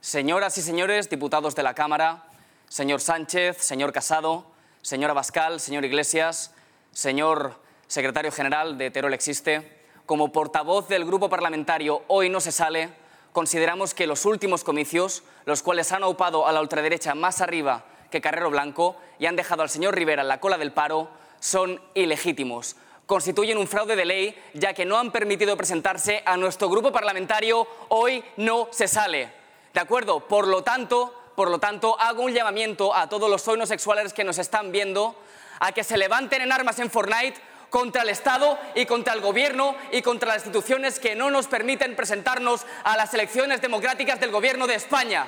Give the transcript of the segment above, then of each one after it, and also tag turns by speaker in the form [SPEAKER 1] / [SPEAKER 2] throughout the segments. [SPEAKER 1] Señoras y señores, diputados de la Cámara, señor Sánchez, señor Casado, señora Bascal, señor Iglesias, señor secretario general de Terol Existe, como portavoz del grupo parlamentario Hoy no se sale, consideramos que los últimos comicios, los cuales han aupado a la ultraderecha más arriba que Carrero Blanco y han dejado al señor Rivera en la cola del paro, son ilegítimos. Constituyen un fraude de ley, ya que no han permitido presentarse a nuestro grupo parlamentario Hoy no se sale. ¿De acuerdo? Por lo tanto, por lo tanto, hago un llamamiento a todos los homosexuales que nos están viendo a que se levanten en armas en Fortnite contra el Estado y contra el Gobierno y contra las instituciones que no nos permiten presentarnos a las elecciones democráticas del Gobierno de España.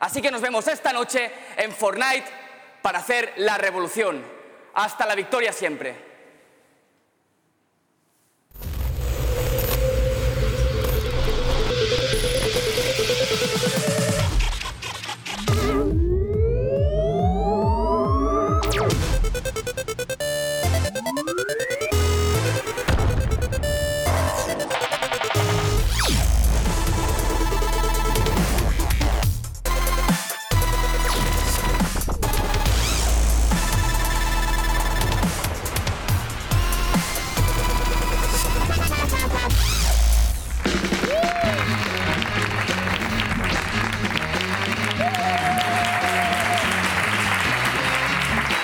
[SPEAKER 1] Así que nos vemos esta noche en Fortnite para hacer la revolución. Hasta la victoria siempre.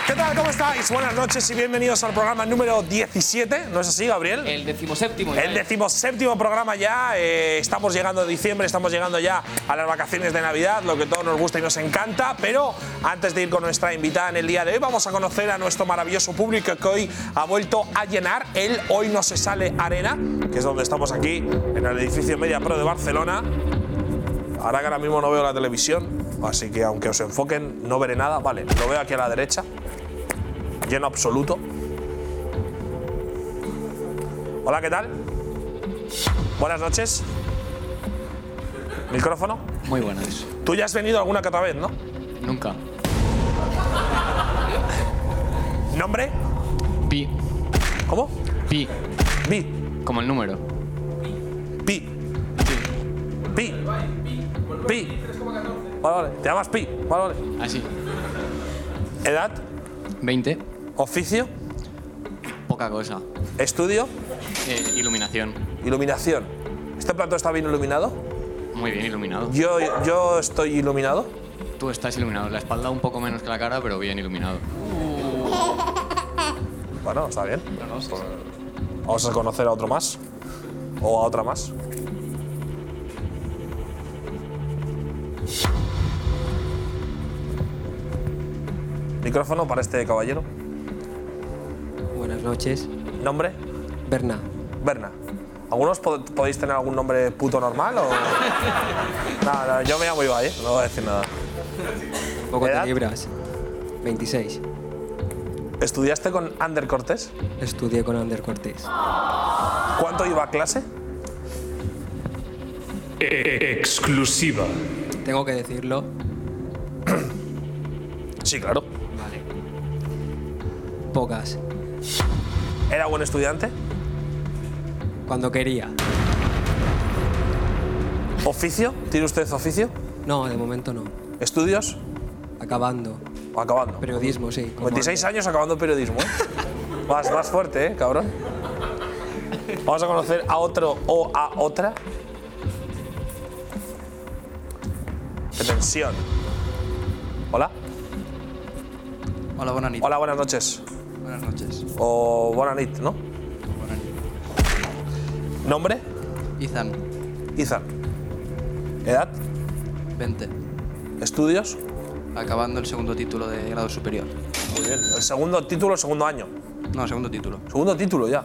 [SPEAKER 2] ¿Qué tal? ¿Cómo estáis? Buenas noches y bienvenidos al programa número 17. ¿No es así, Gabriel?
[SPEAKER 3] El decimoséptimo. ya,
[SPEAKER 2] El
[SPEAKER 3] ¿eh?
[SPEAKER 2] decimoséptimo programa ya, eh, estamos llegando a diciembre, estamos llegando ya a las vacaciones de Navidad, lo que todos nos gusta y nos encanta, pero antes de ir con nuestra invitada en el día de hoy, vamos a conocer a nuestro maravilloso público que hoy ha vuelto a llenar el Hoy No Se Sale Arena, que es donde estamos aquí, en el edificio Media Pro de Barcelona. Ahora que ahora mismo no veo la televisión, así que aunque os enfoquen, no veré nada. Vale, lo veo aquí a la derecha, lleno absoluto. Hola, ¿qué tal? Buenas noches. Micrófono.
[SPEAKER 3] Muy buenas.
[SPEAKER 2] Tú ya has venido alguna que otra vez, ¿no?
[SPEAKER 3] Nunca.
[SPEAKER 2] ¿Nombre?
[SPEAKER 3] Pi.
[SPEAKER 2] ¿Cómo?
[SPEAKER 3] Pi.
[SPEAKER 2] Pi.
[SPEAKER 3] Como el número.
[SPEAKER 2] Pi. Pi. Pi. Vale, vale. Te llamas Pi. Vale, vale.
[SPEAKER 3] Así.
[SPEAKER 2] Edad,
[SPEAKER 3] 20.
[SPEAKER 2] oficio,
[SPEAKER 3] Poca cosa.
[SPEAKER 2] estudio,
[SPEAKER 3] Eh, iluminación.
[SPEAKER 2] iluminación. ¿Este plato está bien iluminado?
[SPEAKER 3] Muy bien iluminado.
[SPEAKER 2] Yo, yo estoy iluminado.
[SPEAKER 3] Tú estás iluminado. La espalda un poco menos que la cara, pero bien iluminado.
[SPEAKER 2] Bueno, está bien. Pues, Vamos a conocer a otro más. O a otra más. Micrófono para este caballero.
[SPEAKER 4] Buenas noches.
[SPEAKER 2] ¿Nombre?
[SPEAKER 4] Berna,
[SPEAKER 2] Berna. ¿Algunos pod- podéis tener algún nombre puto normal o.? no, no, yo me llamo Ibai, ¿eh? no voy a decir nada.
[SPEAKER 4] poco
[SPEAKER 2] ¿Edad?
[SPEAKER 4] te libras. 26.
[SPEAKER 2] ¿Estudiaste con Ander Cortés?
[SPEAKER 4] Estudié con Ander Cortés.
[SPEAKER 2] ¿Cuánto iba a clase?
[SPEAKER 5] E- Exclusiva.
[SPEAKER 4] Tengo que decirlo.
[SPEAKER 2] Sí, claro.
[SPEAKER 4] Vale. Pocas.
[SPEAKER 2] ¿Era buen estudiante?
[SPEAKER 4] Cuando quería.
[SPEAKER 2] ¿Oficio? ¿Tiene usted oficio?
[SPEAKER 4] No, de momento no.
[SPEAKER 2] ¿Estudios?
[SPEAKER 4] Acabando.
[SPEAKER 2] Acabando.
[SPEAKER 4] Periodismo, sí. como
[SPEAKER 2] 26
[SPEAKER 4] Ander.
[SPEAKER 2] años acabando periodismo. ¿eh? Vas, vas fuerte, ¿eh, cabrón? Vamos a conocer a otro o a otra. Qué tensión. Hola.
[SPEAKER 6] Hola, buenas noches.
[SPEAKER 2] Hola, buenas noches.
[SPEAKER 6] Buenas noches.
[SPEAKER 2] O buena nit, ¿no? Nombre,
[SPEAKER 6] Izan,
[SPEAKER 2] Izan. Edad,
[SPEAKER 6] 20.
[SPEAKER 2] estudios.
[SPEAKER 6] Acabando el segundo título de grado superior.
[SPEAKER 2] Muy bien. El segundo título, segundo año.
[SPEAKER 6] No, segundo título.
[SPEAKER 2] Segundo título ya.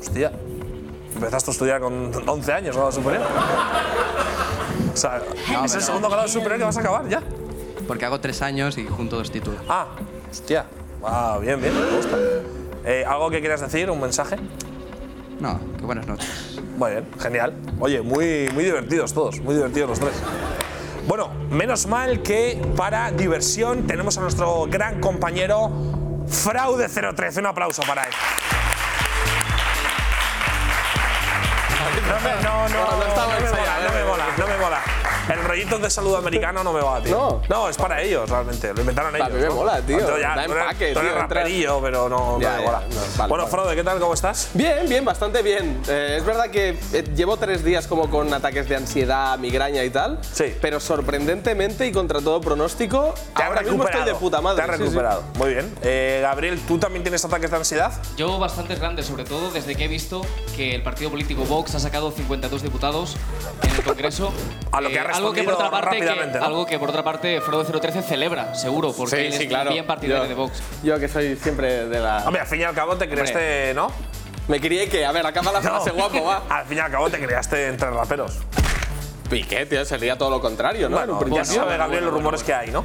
[SPEAKER 2] Hostia. Empezaste a estudiar con 11 años, grado superior. O sea,
[SPEAKER 6] No,
[SPEAKER 2] es el
[SPEAKER 6] pero-
[SPEAKER 2] segundo grado superior que vas a acabar ya.
[SPEAKER 6] Porque hago tres años y junto dos títulos.
[SPEAKER 2] Ah, hostia. Ah, bien, bien, me gusta. Eh, ¿Algo que quieras decir? ¿Un mensaje?
[SPEAKER 6] No, que buenas noches.
[SPEAKER 2] Muy bien, genial. Oye, muy, muy divertidos todos, muy divertidos los tres. Bueno, menos mal que para diversión tenemos a nuestro gran compañero Fraude013. Un aplauso para él.
[SPEAKER 7] eh.
[SPEAKER 2] No me, no, no, no me mola, no me mola, no me mola. El rollito de saludo americano no me va, tío.
[SPEAKER 7] No.
[SPEAKER 2] es para ellos, realmente. Lo inventaron ellos.
[SPEAKER 7] A mí me
[SPEAKER 2] ¿no?
[SPEAKER 7] mola, tío.
[SPEAKER 2] Yo ya,
[SPEAKER 7] Da
[SPEAKER 2] tú eres-
[SPEAKER 7] empaque,
[SPEAKER 2] tú eres
[SPEAKER 7] tío, entra-
[SPEAKER 2] raperillo, pero no, no
[SPEAKER 7] Ya,
[SPEAKER 2] me
[SPEAKER 7] ya,
[SPEAKER 2] mola.
[SPEAKER 7] no, vale,
[SPEAKER 2] bueno,
[SPEAKER 7] vale.
[SPEAKER 2] Frode, ¿qué tal? ¿Cómo estás?
[SPEAKER 7] Bien, bien, bastante bien. Eh, es verdad que eh, llevo tres días como con ataques de ansiedad, migraña y tal.
[SPEAKER 2] Sí.
[SPEAKER 7] Pero sorprendentemente y contra todo pronóstico,
[SPEAKER 2] has
[SPEAKER 7] ahora mismo estoy de puta madre.
[SPEAKER 2] Te has
[SPEAKER 7] sí, sí.
[SPEAKER 2] recuperado. Muy bien. Eh, Gabriel, ¿tú también tienes ataques de ansiedad?
[SPEAKER 1] Yo bastante grande, sobre todo desde que he visto que el partido político Vox ha sacado 52 diputados en el Congreso. Eh,
[SPEAKER 2] A lo que ha
[SPEAKER 1] algo que por
[SPEAKER 2] respondido
[SPEAKER 1] otra parte, que-
[SPEAKER 2] rápidamente, ¿no?
[SPEAKER 1] algo que por otra parte Frodo 013 celebra, seguro, porque
[SPEAKER 7] Sí,
[SPEAKER 1] él
[SPEAKER 7] sí,
[SPEAKER 1] es
[SPEAKER 7] claro.
[SPEAKER 1] bien partidario
[SPEAKER 7] Yo-
[SPEAKER 1] de Vox.
[SPEAKER 7] Yo que soy siempre de la.
[SPEAKER 2] Hombre, al fin y al cabo te creaste, ¿no?
[SPEAKER 7] Me crié que, a ver, acaba la frase,
[SPEAKER 2] No.
[SPEAKER 7] guapo, va.
[SPEAKER 2] Al fin y al cabo te creaste entre raperos.
[SPEAKER 7] Piqué, tío, sería todo lo contrario, Ah, ¿no? En
[SPEAKER 2] Bueno,
[SPEAKER 7] un
[SPEAKER 2] ya
[SPEAKER 7] principio.
[SPEAKER 2] se sabe, Gabriel, los rumores que hay, ¿no?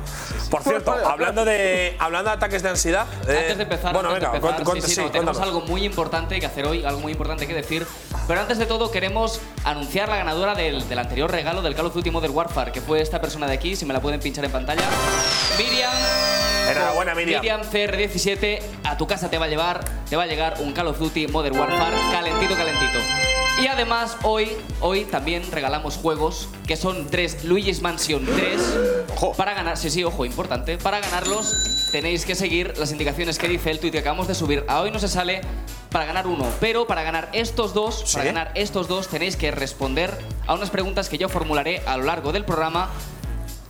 [SPEAKER 2] Por cierto,
[SPEAKER 7] Vale, vale.
[SPEAKER 2] hablando de, hablando de ataques de ansiedad. eh,
[SPEAKER 1] Antes de empezar,
[SPEAKER 2] bueno,
[SPEAKER 1] antes de
[SPEAKER 2] venga,
[SPEAKER 1] empezar,
[SPEAKER 2] cont- cont-
[SPEAKER 1] sí, sí,
[SPEAKER 2] sí,
[SPEAKER 1] no, tenemos
[SPEAKER 2] cuéntanos.
[SPEAKER 1] algo muy importante que hacer hoy, algo muy importante que decir. Pero antes de todo, queremos anunciar la ganadora del, del anterior regalo del Call of Duty Modern Warfare, que fue esta persona de aquí, si me la pueden pinchar en pantalla. Miriam.
[SPEAKER 2] Enhorabuena, Miriam.
[SPEAKER 1] Miriam CR17, a tu casa te va a llevar, te va a llegar un Call of Duty Modern Warfare calentito, calentito. Y además, hoy, hoy también regalamos juegos que son tres Luigi's Mansion 3. Para ganar, sí, sí, ojo, importante. Para ganarlos tenéis que seguir las indicaciones que dice el tuit que acabamos de subir. A hoy no se sale para ganar uno, pero para ganar estos dos, para
[SPEAKER 2] Sí.
[SPEAKER 1] ganar estos dos tenéis que responder a unas preguntas que yo formularé a lo largo del programa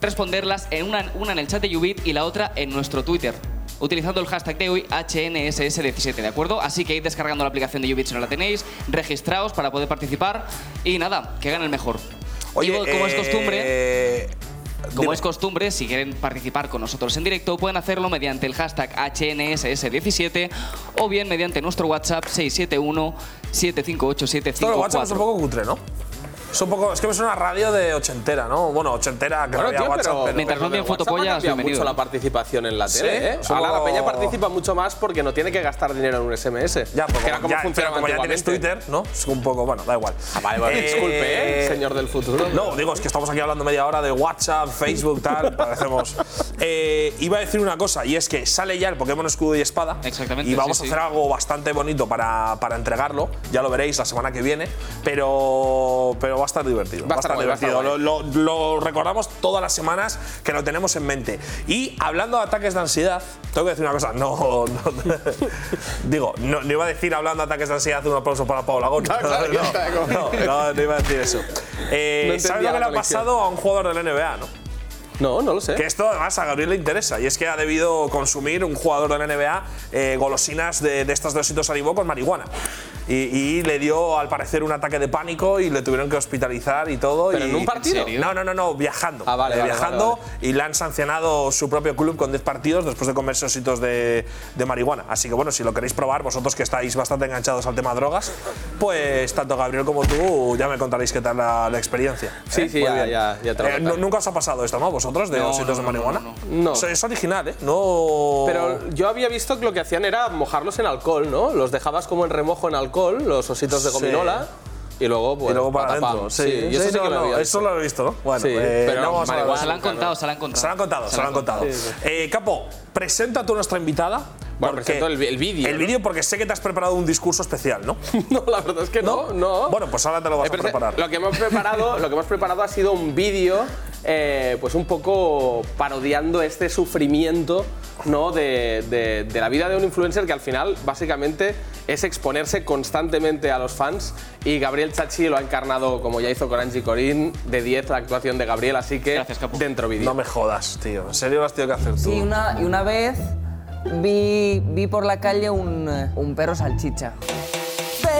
[SPEAKER 1] responderlas en una, una en el chat de Ubit y la otra en nuestro Twitter, utilizando el hashtag de hoy HNSS17, ¿de acuerdo? Así que id descargando la aplicación de Ubit si no la tenéis, registraos para poder participar y nada, que gane el mejor. y como es costumbre,
[SPEAKER 2] eh,
[SPEAKER 1] como
[SPEAKER 2] dime.
[SPEAKER 1] es costumbre, si quieren participar con nosotros en directo, pueden hacerlo mediante el hashtag HNSS17 o bien mediante nuestro WhatsApp 671 758
[SPEAKER 2] Esto de WhatsApp es
[SPEAKER 1] 754.
[SPEAKER 2] un poco cutre, ¿no? Es un poco. Es que es una radio de ochentera, ¿no? Bueno, ochentera, que
[SPEAKER 7] Bueno,
[SPEAKER 2] no había
[SPEAKER 7] tío,
[SPEAKER 2] WhatsApp,
[SPEAKER 7] pero,
[SPEAKER 2] pero.
[SPEAKER 1] Mientras no
[SPEAKER 7] pero de
[SPEAKER 1] den
[SPEAKER 7] WhatsApp
[SPEAKER 1] fotopollas,
[SPEAKER 7] ha cambiado
[SPEAKER 1] bienvenido.
[SPEAKER 7] mucho la participación en la
[SPEAKER 2] Sí,
[SPEAKER 7] tele, ¿eh?
[SPEAKER 2] solo-
[SPEAKER 7] Ahora la peña participa mucho más porque no tiene que gastar dinero en un SMS.
[SPEAKER 2] Ya, pero
[SPEAKER 7] que era como
[SPEAKER 2] ya,
[SPEAKER 7] funcionaba
[SPEAKER 2] pero como ya tienes
[SPEAKER 7] antiguamente.
[SPEAKER 2] Twitter, ¿no? Es un poco, bueno, da igual.
[SPEAKER 7] Ah, vale, vale.
[SPEAKER 2] Eh,
[SPEAKER 7] Disculpe, ¿eh? Señor del futuro.
[SPEAKER 2] No, digo, es que estamos aquí hablando media hora de WhatsApp, Facebook, tal, parecemos. Eh, iba a decir una cosa, y es que sale ya el Pokémon Escudo y Espada.
[SPEAKER 1] Exactamente,
[SPEAKER 2] Y vamos
[SPEAKER 1] sí,
[SPEAKER 2] a
[SPEAKER 1] sí.
[SPEAKER 2] hacer algo bastante bonito para, para entregarlo. Ya lo veréis la semana que viene, pero, pero va a estar divertido.
[SPEAKER 7] Va a estar guay, va a estar
[SPEAKER 2] divertido.
[SPEAKER 7] guay.
[SPEAKER 2] Lo- lo, lo recordamos todas las semanas que lo tenemos en mente. Y hablando de ataques de ansiedad, tengo que decir una cosa. No, no- digo, no, no iba a decir hablando de ataques de ansiedad un aplauso para Paula Gón. No, no, no, no iba a decir eso. Eh,
[SPEAKER 7] No entendía
[SPEAKER 2] ¿Sabes lo que
[SPEAKER 7] la
[SPEAKER 2] le ha
[SPEAKER 7] conexión.
[SPEAKER 2] pasado a un jugador del NBA, no?
[SPEAKER 7] No, no lo sé.
[SPEAKER 2] Que esto además a Gabriel le interesa y es que ha debido consumir un jugador de la NBA eh, golosinas de, de estas de ositos Haribo con marihuana. Y, y le dio al parecer un ataque de pánico y le tuvieron que hospitalizar y todo.
[SPEAKER 7] ¿Pero
[SPEAKER 2] y-
[SPEAKER 7] en un partido?
[SPEAKER 2] No, no, no, no, viajando.
[SPEAKER 7] Ah, vale,
[SPEAKER 2] Eh,
[SPEAKER 7] vale,
[SPEAKER 2] viajando
[SPEAKER 7] vale,
[SPEAKER 2] y le han sancionado su propio club con 10 partidos después de comerse ositos de, de marihuana. Así que bueno, si lo queréis probar, vosotros que estáis bastante enganchados al tema drogas, pues tanto Gabriel como tú ya me contaréis qué tal la, la experiencia. ¿eh?
[SPEAKER 7] Sí, sí,
[SPEAKER 2] Muy
[SPEAKER 7] ya-
[SPEAKER 2] bien.
[SPEAKER 7] ya- ya te lo
[SPEAKER 2] Eh, nu-
[SPEAKER 7] contaré.
[SPEAKER 2] Nunca os ha pasado esto, ¿no? Vosotros, de
[SPEAKER 1] No,
[SPEAKER 2] ositos de
[SPEAKER 1] no, no, no,
[SPEAKER 2] marihuana.
[SPEAKER 1] no,
[SPEAKER 7] no.
[SPEAKER 2] Eso Es original, ¿eh? No.
[SPEAKER 7] Pero yo había visto que lo que hacían era mojarlos en alcohol, ¿no? Los dejabas como en remojo en alcohol, los ositos de
[SPEAKER 2] Sí.
[SPEAKER 7] gominola, y luego,
[SPEAKER 2] y
[SPEAKER 7] pues,
[SPEAKER 2] luego para
[SPEAKER 7] patapam.
[SPEAKER 2] adentro.
[SPEAKER 7] Sí, y eso sí,
[SPEAKER 2] no,
[SPEAKER 7] que lo
[SPEAKER 2] no,
[SPEAKER 7] había visto.
[SPEAKER 2] Eso lo he visto, ¿no? Bueno,
[SPEAKER 7] Sí,
[SPEAKER 2] eh,
[SPEAKER 7] pero
[SPEAKER 2] no vamos a hablar de
[SPEAKER 7] marihuana
[SPEAKER 2] eso.
[SPEAKER 1] Se la han contado, se la han contado.
[SPEAKER 2] Se lo han contado, se lo han contado. Eh, Capo, presenta tú a nuestra invitada.
[SPEAKER 7] Bueno,
[SPEAKER 2] porque-
[SPEAKER 7] presento el vi- el vídeo,
[SPEAKER 2] El
[SPEAKER 7] ¿no?
[SPEAKER 2] vídeo, porque sé que te has preparado un discurso especial, ¿no?
[SPEAKER 7] No, la verdad es que no, no.
[SPEAKER 2] Bueno, pues ahora te lo vas
[SPEAKER 7] Eh, pero
[SPEAKER 2] a preparar.
[SPEAKER 7] Lo que hemos preparado, lo que hemos preparado ha sido un vídeo, eh, pues un poco parodiando este sufrimiento, ¿no? De, de- de la vida de un influencer que al final básicamente es exponerse constantemente a los fans y Gabriel Chachi lo ha encarnado como ya hizo con Angie Corín de 10 la actuación de Gabriel, así que
[SPEAKER 1] Gracias, Capu.
[SPEAKER 7] dentro vídeo.
[SPEAKER 2] No me jodas, tío. ¿En serio lo has tenido que hacer tú?
[SPEAKER 8] Sí, una, y una vez vi, vi por la calle un, eh, un perro salchicha.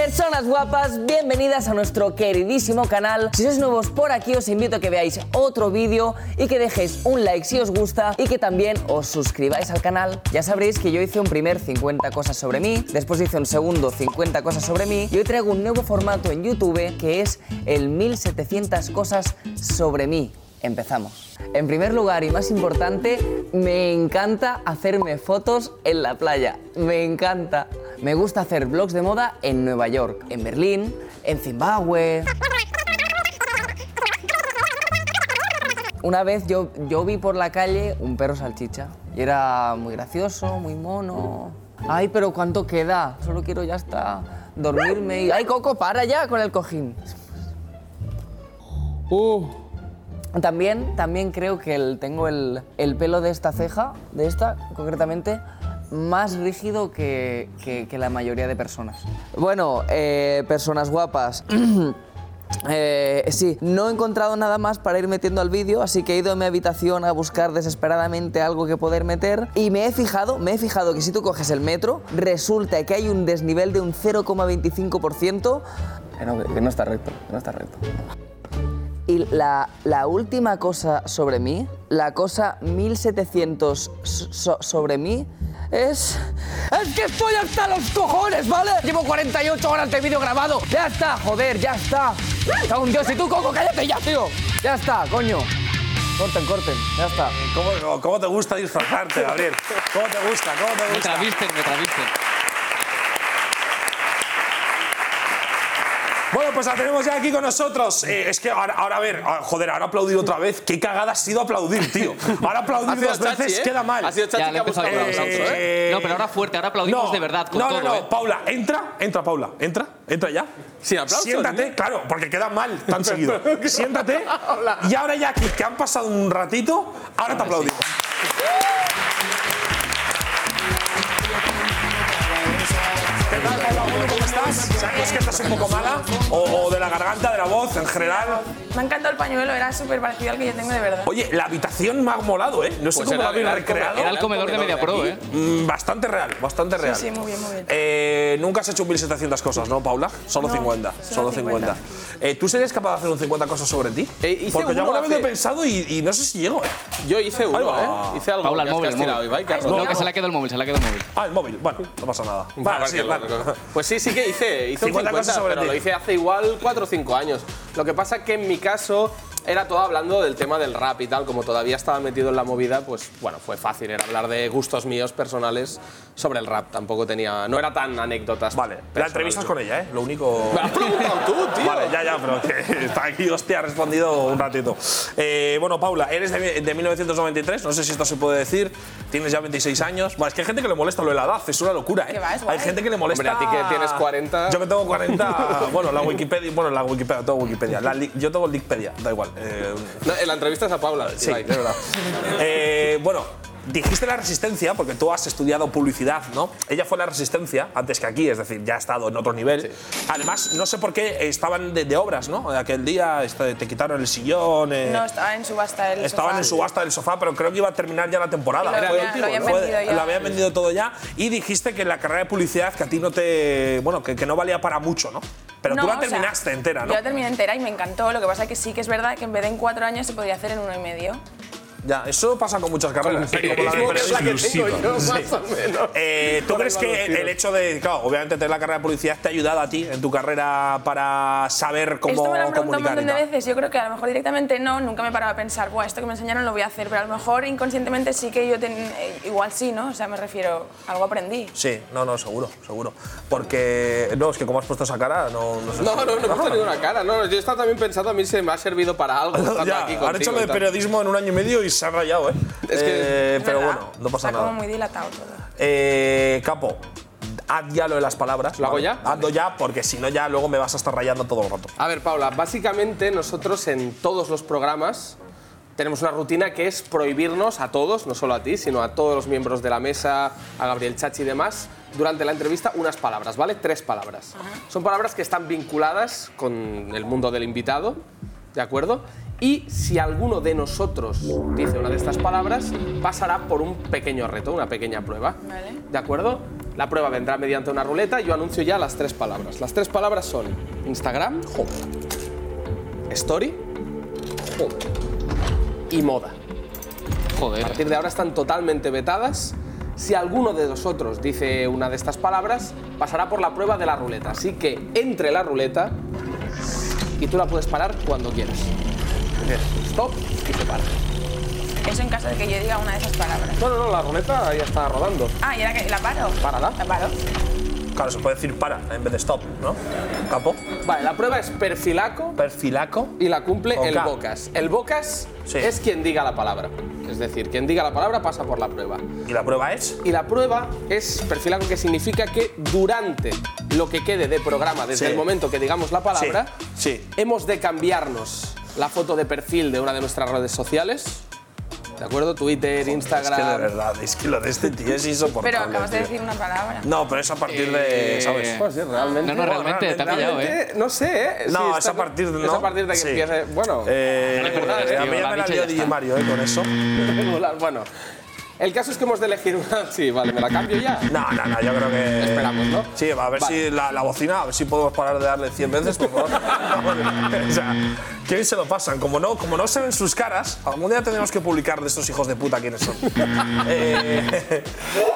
[SPEAKER 8] Personas guapas, bienvenidas a nuestro queridísimo canal. Si sois nuevos por aquí, os invito a que veáis otro vídeo y que dejéis un like si os gusta y que también os suscribáis al canal. Ya sabréis que yo hice un primer 50 cosas sobre mí, después hice un segundo 50 cosas sobre mí y hoy traigo un nuevo formato en YouTube que es el 1700 cosas sobre mí. Empezamos. En primer lugar y más importante, me encanta hacerme fotos en la playa. Me encanta. Me gusta hacer blogs de moda en Nueva York, en Berlín, en Zimbabue. Una vez yo, yo vi por la calle un perro salchicha y era muy gracioso, muy mono. Ay, pero ¿cuánto queda? Solo quiero ya hasta dormirme. y- Ay, Coco, para ya con el cojín. También, también creo que el- tengo el, el pelo de esta ceja, de esta concretamente, más rígido que, que- que la mayoría de personas. Bueno, eh, personas guapas. Eh, sí, no he encontrado nada más para ir metiendo al vídeo, así que he ido a mi habitación a buscar desesperadamente algo que poder meter y me he fijado, me he fijado que si tú coges el metro, resulta que hay un desnivel de un 0,25%.
[SPEAKER 9] que no está recto, que no está recto.
[SPEAKER 8] Y la, la última cosa sobre mí, la cosa 1700 so- sobre mí, es... ¡Es que estoy hasta los cojones, ¿vale? Llevo 48 horas de vídeo grabado. Ya está, joder, ya está. Está un dios y tú, Coco, cállate ya, tío. Ya está, coño. Corten, corten, ya está.
[SPEAKER 2] ¿Cómo, cómo te gusta disfrazarte, Gabriel? ¿Cómo te gusta? ¿Cómo te
[SPEAKER 3] Me
[SPEAKER 2] gusta?
[SPEAKER 3] travisten, me travisten.
[SPEAKER 2] Bueno, pues la tenemos ya aquí con nosotros. Eh, es que ahora, ahora, a ver, ah, joder, ahora aplaudir otra vez. Qué cagada ha sido aplaudir, tío. Ahora
[SPEAKER 7] Ha
[SPEAKER 2] aplaudir
[SPEAKER 7] sido
[SPEAKER 2] dos
[SPEAKER 7] Chachi,
[SPEAKER 2] veces
[SPEAKER 7] ¿eh?
[SPEAKER 2] queda mal.
[SPEAKER 7] Ha sido Chachi
[SPEAKER 3] Ya, le
[SPEAKER 7] que
[SPEAKER 3] he
[SPEAKER 7] ha
[SPEAKER 3] empezado
[SPEAKER 7] buscado
[SPEAKER 3] con
[SPEAKER 7] el
[SPEAKER 3] los
[SPEAKER 7] aplauso,
[SPEAKER 3] aplausos,
[SPEAKER 7] ¿eh?
[SPEAKER 3] ¿eh? No, pero ahora fuerte, ahora aplaudimos de verdad, con
[SPEAKER 2] no,
[SPEAKER 3] todo,
[SPEAKER 2] no, no,
[SPEAKER 3] ¿eh?
[SPEAKER 2] Paula, entra, entra, Paula, entra, entra ya.
[SPEAKER 7] Sin aplausos,
[SPEAKER 2] Siéntate,
[SPEAKER 7] ¿no?
[SPEAKER 2] claro, porque queda mal tan seguido. Siéntate. Y ahora ya que, que han pasado un ratito, ahora te aplaudimos. ¿Qué tal, Paula? Bueno, ¿Cómo estás? Sabemos que estás un poco mala, o, o de la garganta, de la voz en general.
[SPEAKER 10] Me ha encantado el pañuelo, era súper parecido al que yo tengo de verdad.
[SPEAKER 2] Oye, la habitación me ha molado, ¿eh? No sé
[SPEAKER 7] Pues
[SPEAKER 2] cómo
[SPEAKER 7] era-
[SPEAKER 2] la habéis
[SPEAKER 7] era el
[SPEAKER 2] recreado.
[SPEAKER 3] Era el comedor de Mediapro, ¿eh?
[SPEAKER 2] Mm, Bastante real, bastante real.
[SPEAKER 10] sí, muy bien, muy bien.
[SPEAKER 2] Eh, Nunca has hecho 1700 cosas, ¿no, Paula? Solo
[SPEAKER 10] No,
[SPEAKER 2] 50.
[SPEAKER 10] solo
[SPEAKER 2] Solo 50. Eh, ¿Tú serías capaz de hacer un 50 cosas sobre ti?
[SPEAKER 7] Eh, hice
[SPEAKER 2] Porque yo
[SPEAKER 7] uno
[SPEAKER 2] alguna vez lo he
[SPEAKER 7] hace-
[SPEAKER 2] pensado y, y no sé si llego. eh.
[SPEAKER 7] Yo hice
[SPEAKER 2] Ahí
[SPEAKER 7] uno,
[SPEAKER 2] va.
[SPEAKER 7] ¿eh? Hice algo
[SPEAKER 3] Paula,
[SPEAKER 7] que
[SPEAKER 3] el
[SPEAKER 7] has- que
[SPEAKER 3] móvil,
[SPEAKER 7] has
[SPEAKER 3] el
[SPEAKER 7] tirado, Ibai, que has
[SPEAKER 3] móvil.
[SPEAKER 7] roto.
[SPEAKER 3] No, que se le ha quedado el móvil, se le ha quedado el móvil.
[SPEAKER 2] Ah, el móvil. Bueno, no pasa nada.
[SPEAKER 7] Vale,
[SPEAKER 2] Vale, sí,
[SPEAKER 7] que lo-
[SPEAKER 2] vale.
[SPEAKER 7] Pues sí, sí que hice,
[SPEAKER 2] 50
[SPEAKER 7] hice un 50,
[SPEAKER 2] cosas sobre
[SPEAKER 7] pero
[SPEAKER 2] ti.
[SPEAKER 7] lo hice hace igual 4 o 5 años. Lo que pasa que en mi caso era todo hablando del tema del rap y tal, como todavía estaba metido en la movida, pues bueno, fue fácil, era hablar de gustos míos personales sobre el rap, tampoco tenía, no era tan anécdotas.
[SPEAKER 2] Vale, la
[SPEAKER 7] personales.
[SPEAKER 2] entrevistas con ella, ¿eh? Lo único.
[SPEAKER 7] Me lo has preguntado tú, tío.
[SPEAKER 2] Vale, ya, ya, pero que está aquí, hostia, ha respondido un ratito. Eh, bueno, Paula, eres de, de 1993, no sé si esto se puede decir, tienes ya 26 años. Bueno, es que hay gente que le molesta lo de la edad, es una locura, ¿eh?
[SPEAKER 10] Que va, es
[SPEAKER 2] hay
[SPEAKER 10] guay.
[SPEAKER 2] gente que le molesta.
[SPEAKER 7] Hombre, a ti que tienes 40.
[SPEAKER 2] Yo que tengo 40. bueno, la Wikipedia, bueno, la Wikipedia, tengo Wikipedia. la li- yo tengo Lickpedia, da igual. eh,
[SPEAKER 7] No, en la entrevista es a Paula,
[SPEAKER 2] sí,
[SPEAKER 7] Ibai.
[SPEAKER 2] de verdad. Eh, bueno. Dijiste la resistencia porque tú has estudiado publicidad, ¿no? Ella fue la resistencia antes que aquí, es decir, ya ha estado en otro nivel. Además, no sé por qué estaban de, de obras, ¿no? Aquel día este, te quitaron el sillón. eh,
[SPEAKER 10] No, estaba en subasta el
[SPEAKER 2] Estaban
[SPEAKER 10] sofá.
[SPEAKER 2] en subasta del sofá, pero creo que iba a terminar ya la temporada.
[SPEAKER 10] Lo Era habían- el lo habían
[SPEAKER 2] Fue-
[SPEAKER 10] vendido ya.
[SPEAKER 2] lo habían vendido todo ya. Y dijiste que la carrera de publicidad que a ti no te. Bueno, que, que no valía para mucho, ¿no? Pero
[SPEAKER 10] No,
[SPEAKER 2] tú
[SPEAKER 10] o
[SPEAKER 2] la
[SPEAKER 10] sea,
[SPEAKER 2] terminaste entera, ¿no?
[SPEAKER 10] Yo la terminé entera y me encantó. Lo que pasa es que sí que es verdad que en vez de en cuatro años se podía hacer en uno y medio.
[SPEAKER 2] Ya, eso pasa con muchas carreras.
[SPEAKER 5] Con-
[SPEAKER 2] ¿eh? Como la de
[SPEAKER 5] Es
[SPEAKER 2] periodismo.
[SPEAKER 5] la que tengo yo,
[SPEAKER 2] Sí. Eh, ¿Tú crees que el hecho de, claro, obviamente tener la carrera de publicidad te ha ayudado a ti en tu carrera para saber cómo
[SPEAKER 10] esto me lo han preguntado un
[SPEAKER 2] comunicar? y
[SPEAKER 10] montón de
[SPEAKER 2] tal?
[SPEAKER 10] veces. Yo creo que a lo mejor directamente no, nunca me paraba a pensar, Buah, esto que me enseñaron lo voy a hacer, pero a lo mejor inconscientemente sí que yo ten- eh, igual sí, ¿no? O sea, me refiero, algo aprendí.
[SPEAKER 2] Sí, no, no, seguro, seguro. Porque, no, es que como has puesto esa cara, no, no sé.
[SPEAKER 7] No, no, no hemos tenido una cara. No, yo estaba también pensando, a mí se me ha servido para algo. estando
[SPEAKER 2] Ah. Ya,
[SPEAKER 7] aquí
[SPEAKER 2] han hecho
[SPEAKER 7] contigo
[SPEAKER 2] lo
[SPEAKER 7] y
[SPEAKER 2] de
[SPEAKER 7] tal.
[SPEAKER 2] periodismo en un año y medio y se ha rayado, ¿eh?
[SPEAKER 7] Es que-
[SPEAKER 2] Eh,
[SPEAKER 10] Es
[SPEAKER 2] pero
[SPEAKER 10] verdad.
[SPEAKER 2] bueno, no pasa
[SPEAKER 10] Está
[SPEAKER 2] nada.
[SPEAKER 10] como muy dilatado todo.
[SPEAKER 2] Eh, capo, haz ya lo de las palabras.
[SPEAKER 7] ¿Lo hago
[SPEAKER 2] ¿vale?
[SPEAKER 7] ya?
[SPEAKER 2] Hazlo ya porque si no ya luego me vas a estar rayando todo el rato.
[SPEAKER 7] A ver, Paula, básicamente nosotros en todos los programas tenemos una rutina que es prohibirnos a todos, no solo a ti, sino a todos los miembros de la mesa, a Gabriel Chachi y demás, durante la entrevista unas palabras, ¿vale? Tres palabras. Son palabras que están vinculadas con el mundo del invitado, ¿de acuerdo? Y si alguno de nosotros dice una de estas palabras, pasará por un pequeño reto, una pequeña prueba.
[SPEAKER 10] Vale.
[SPEAKER 7] ¿De acuerdo? La prueba vendrá mediante una ruleta. Yo anuncio ya las tres palabras. Las tres palabras son Instagram, Story y moda. A
[SPEAKER 3] Joder.
[SPEAKER 7] partir de ahora están totalmente vetadas. Si alguno de vosotros dice una de estas palabras, pasará por la prueba de la ruleta. Así que entre la ruleta y tú la puedes parar cuando quieras. Stop y se para.
[SPEAKER 10] Eso en caso de que yo diga una de esas palabras.
[SPEAKER 7] No, no, no, la ruleta ya está rodando.
[SPEAKER 10] Ah, ¿y era que la paro?
[SPEAKER 7] Párala.
[SPEAKER 10] La paro.
[SPEAKER 2] Claro, se puede decir para en vez de stop, ¿no? Capo,
[SPEAKER 7] Vale, la prueba es perfilaco
[SPEAKER 2] perfilaco.
[SPEAKER 7] y la cumple
[SPEAKER 2] Con
[SPEAKER 7] el
[SPEAKER 2] K.
[SPEAKER 7] Bocas. El Bocas
[SPEAKER 2] Sí.
[SPEAKER 7] es quien diga la palabra. Es decir, quien diga la palabra pasa por la prueba.
[SPEAKER 2] Y la prueba es.
[SPEAKER 7] Y la prueba es perfilaco, que significa que durante lo que quede de programa, desde
[SPEAKER 2] Sí.
[SPEAKER 7] el momento que digamos la palabra,
[SPEAKER 2] Sí, sí.
[SPEAKER 7] hemos de cambiarnos la foto de perfil de una de nuestras redes sociales. ¿De acuerdo? Twitter, Instagram.
[SPEAKER 2] Es que de verdad, es que lo de este tío es insoportable.
[SPEAKER 10] Pero acabas de
[SPEAKER 2] tío.
[SPEAKER 10] decir una palabra.
[SPEAKER 2] No, pero es a partir de.
[SPEAKER 3] Eh,
[SPEAKER 2] ¿Sabes?
[SPEAKER 7] Pues sí, realmente.
[SPEAKER 3] No, no, realmente, te ha pillado, ¿eh?
[SPEAKER 7] Realmente, No sé, ¿eh? Sí,
[SPEAKER 2] No,
[SPEAKER 7] está-
[SPEAKER 2] es a partir de.
[SPEAKER 7] Es
[SPEAKER 2] ¿no?
[SPEAKER 7] a partir de que
[SPEAKER 2] Sí.
[SPEAKER 7] empiece. Bueno.
[SPEAKER 2] Eh,
[SPEAKER 3] No recordadas,
[SPEAKER 2] a
[SPEAKER 3] tío,
[SPEAKER 2] mí
[SPEAKER 3] la
[SPEAKER 2] ya me la
[SPEAKER 3] bicha
[SPEAKER 2] dio
[SPEAKER 3] ya
[SPEAKER 2] DJ
[SPEAKER 3] está.
[SPEAKER 2] Mario, ¿eh? Con eso.
[SPEAKER 7] Bueno. El caso es que hemos de elegir una. Sí, vale, me la cambio ya.
[SPEAKER 2] No, no, no, yo creo que.
[SPEAKER 7] Esperamos, ¿no?
[SPEAKER 2] Sí, a ver
[SPEAKER 7] Vale.
[SPEAKER 2] si la, la bocina, a ver si podemos parar de darle 100 veces, por favor. o sea, qué bien se lo pasan. Como no, como no se ven sus caras, algún día tendremos que publicar de estos hijos de puta quiénes son. Eh,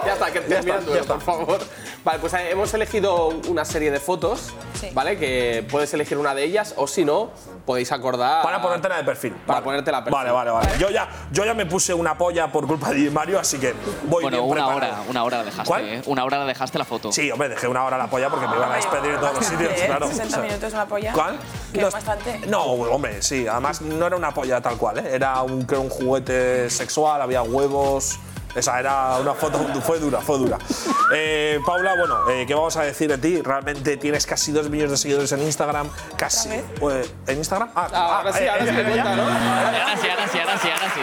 [SPEAKER 7] Ya está, que
[SPEAKER 2] Ya
[SPEAKER 7] termina
[SPEAKER 2] está, ya
[SPEAKER 7] el duelo,
[SPEAKER 2] está.
[SPEAKER 7] por favor. Vale, pues eh, hemos elegido una serie de fotos,
[SPEAKER 10] Sí.
[SPEAKER 7] ¿vale? Que puedes elegir una de ellas o si no, podéis acordar.
[SPEAKER 2] para ponértela de perfil.
[SPEAKER 7] Para ponértela de perfil.
[SPEAKER 2] Vale, vale, vale. Yo ya, yo ya me puse una polla por culpa de Mario, así que voy
[SPEAKER 1] Bueno,
[SPEAKER 2] bien
[SPEAKER 1] una
[SPEAKER 2] preparado.
[SPEAKER 1] hora, Ah, una hora la dejaste,
[SPEAKER 2] ¿Cuál?
[SPEAKER 1] ¿eh? Una hora la dejaste la foto.
[SPEAKER 2] Sí, hombre, dejé una hora la polla porque me iban a despedir de todos los
[SPEAKER 10] Bastante,
[SPEAKER 2] sitios,
[SPEAKER 10] ¿eh?
[SPEAKER 2] claro.
[SPEAKER 10] 60
[SPEAKER 2] O sea,
[SPEAKER 10] minutos una polla.
[SPEAKER 2] ¿Cuál?
[SPEAKER 10] Que
[SPEAKER 2] No,
[SPEAKER 10] es bastante.
[SPEAKER 2] No, hombre, sí. Además, no era una polla tal cual, ¿eh? Era un, creo, un juguete sexual, había huevos. Esa era una foto, fue dura, fue dura. Eh, Paula, bueno, eh, ¿qué vamos a decir de ti? Realmente tienes casi dos millones de seguidores en Instagram, casi. Eh, ¿En Instagram? Ah,
[SPEAKER 7] Ah, Ahora
[SPEAKER 2] ah,
[SPEAKER 7] sí,
[SPEAKER 2] eh,
[SPEAKER 7] ahora
[SPEAKER 2] eh,
[SPEAKER 7] sí me
[SPEAKER 2] eh,
[SPEAKER 7] cuenta,
[SPEAKER 2] ya.
[SPEAKER 7] ¿no?
[SPEAKER 3] Ahora sí, ahora sí, ahora sí, ahora sí.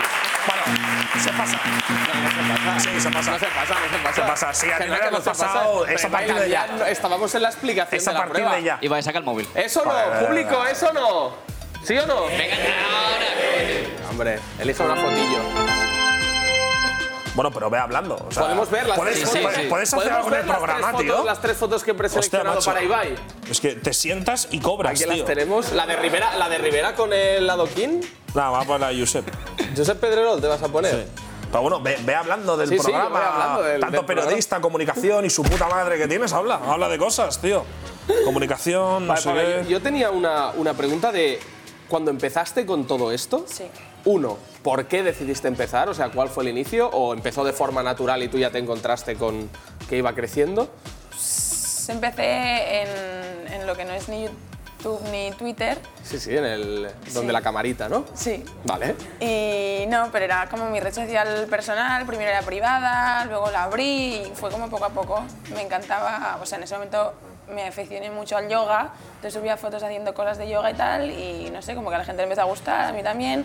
[SPEAKER 2] Bueno, se pasa. Sí, se pasa.
[SPEAKER 7] No se pasa, no se pasa.
[SPEAKER 2] Se pasa, sí, a
[SPEAKER 7] Que
[SPEAKER 2] ti
[SPEAKER 7] no,
[SPEAKER 2] no
[SPEAKER 7] que
[SPEAKER 2] lo
[SPEAKER 7] no se
[SPEAKER 2] has
[SPEAKER 7] pasa.
[SPEAKER 2] pasado, es a
[SPEAKER 7] Pero,
[SPEAKER 2] partir
[SPEAKER 7] Maida,
[SPEAKER 2] de ya.
[SPEAKER 7] no- Estábamos en la explicación
[SPEAKER 2] Es
[SPEAKER 7] de
[SPEAKER 2] a
[SPEAKER 7] la
[SPEAKER 2] partir
[SPEAKER 7] prueba.
[SPEAKER 2] de ya.
[SPEAKER 1] Iba a sacar el móvil.
[SPEAKER 7] Eso no,
[SPEAKER 2] Vale, vale, vale,
[SPEAKER 7] público,
[SPEAKER 2] vale.
[SPEAKER 7] eso no. ¿Sí o no? Venga, ahora. Hombre, elija una fotillo.
[SPEAKER 2] Bueno, pero ve hablando. o sea,
[SPEAKER 7] Podemos ver las
[SPEAKER 2] ¿Puedes,
[SPEAKER 7] tres fotos.
[SPEAKER 2] puedes- puedes hacer
[SPEAKER 7] ¿Podemos
[SPEAKER 2] algo en
[SPEAKER 7] ver
[SPEAKER 2] el
[SPEAKER 7] las tres
[SPEAKER 2] programa,
[SPEAKER 7] fotos,
[SPEAKER 2] tío?
[SPEAKER 7] Las tres fotos que he preseleccionado
[SPEAKER 2] macho.
[SPEAKER 7] para Ibai.
[SPEAKER 2] Es que te sientas y cobras,
[SPEAKER 7] Aquí las
[SPEAKER 2] tío.
[SPEAKER 7] tenemos. La de Rivera, la de Rivera con el adoquín.
[SPEAKER 2] Nada, va para Josep.
[SPEAKER 7] Josep Pedrerol, te vas a poner.
[SPEAKER 2] Pero bueno, ve, ve hablando del
[SPEAKER 7] Sí, sí,
[SPEAKER 2] programa.
[SPEAKER 7] yo voy hablando del-
[SPEAKER 2] Tanto
[SPEAKER 7] del
[SPEAKER 2] periodista, comunicación y su puta madre que tienes, habla. Habla de cosas, tío. Comunicación, no
[SPEAKER 7] Vale,
[SPEAKER 2] sé
[SPEAKER 7] Paula,
[SPEAKER 2] qué.
[SPEAKER 7] yo, yo tenía una, una pregunta de cuando empezaste con todo esto.
[SPEAKER 10] Sí.
[SPEAKER 7] Uno, ¿por qué decidiste empezar? O sea, ¿cuál fue el inicio? ¿O empezó de forma natural y tú ya te encontraste con que iba creciendo?
[SPEAKER 10] Empecé en, en lo que no es ni YouTube ni Twitter.
[SPEAKER 7] Sí, sí, en el donde la camarita, ¿no?
[SPEAKER 10] Sí.
[SPEAKER 7] Vale.
[SPEAKER 10] Y no, pero era como mi red social personal, primero era privada, luego la abrí y fue como poco a poco. Me encantaba, o sea, en ese momento me aficioné mucho al yoga, entonces subía fotos haciendo cosas de yoga y tal, y no sé, como que a la gente le empezó a gustar, a mí también.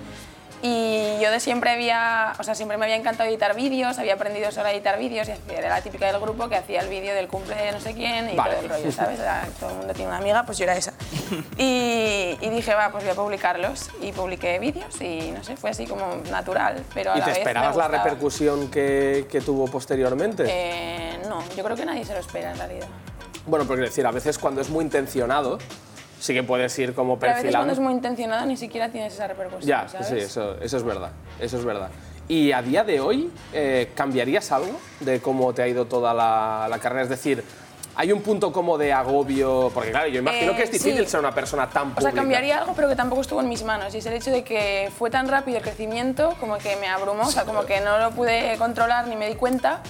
[SPEAKER 10] Y yo de siempre había, o sea, siempre me había encantado editar vídeos, había aprendido sola a editar vídeos y hacía- era la típica del grupo que hacía el vídeo del cumple de no sé quién y
[SPEAKER 7] Vale.
[SPEAKER 10] todo el rollo, ¿sabes? Era- todo el mundo tiene una amiga, pues yo era esa. Y, y dije, va, pues voy a publicarlos. Y publiqué vídeos y no sé, fue así como natural. Pero a
[SPEAKER 7] ¿Y
[SPEAKER 10] la
[SPEAKER 7] te
[SPEAKER 10] vez me
[SPEAKER 7] esperabas la
[SPEAKER 10] gustaba.
[SPEAKER 7] repercusión que, que tuvo posteriormente?
[SPEAKER 10] Eh, no, yo creo que nadie se lo espera en realidad.
[SPEAKER 7] Bueno, porque decir, a veces cuando es muy intencionado, sí que puedes ir como
[SPEAKER 10] Pero a veces
[SPEAKER 7] perfilando.
[SPEAKER 10] cuando es muy intencionado ni siquiera tienes esa repercusión.
[SPEAKER 7] Ya,
[SPEAKER 10] ¿sabes?
[SPEAKER 7] sí, eso, eso es verdad. Eso es verdad. ¿Y a día de hoy eh, cambiarías algo de cómo te ha ido toda la, la carrera? Es decir, ¿hay un punto como de agobio? Porque claro, yo imagino
[SPEAKER 10] Eh,
[SPEAKER 7] que es difícil
[SPEAKER 10] sí.
[SPEAKER 7] ser una persona tan
[SPEAKER 10] O
[SPEAKER 7] pública.
[SPEAKER 10] sea, cambiaría algo, pero que tampoco estuvo en mis manos. Y es el hecho de que fue tan rápido el crecimiento, como que me abrumó, o sea, como que no lo pude controlar ni me di cuenta.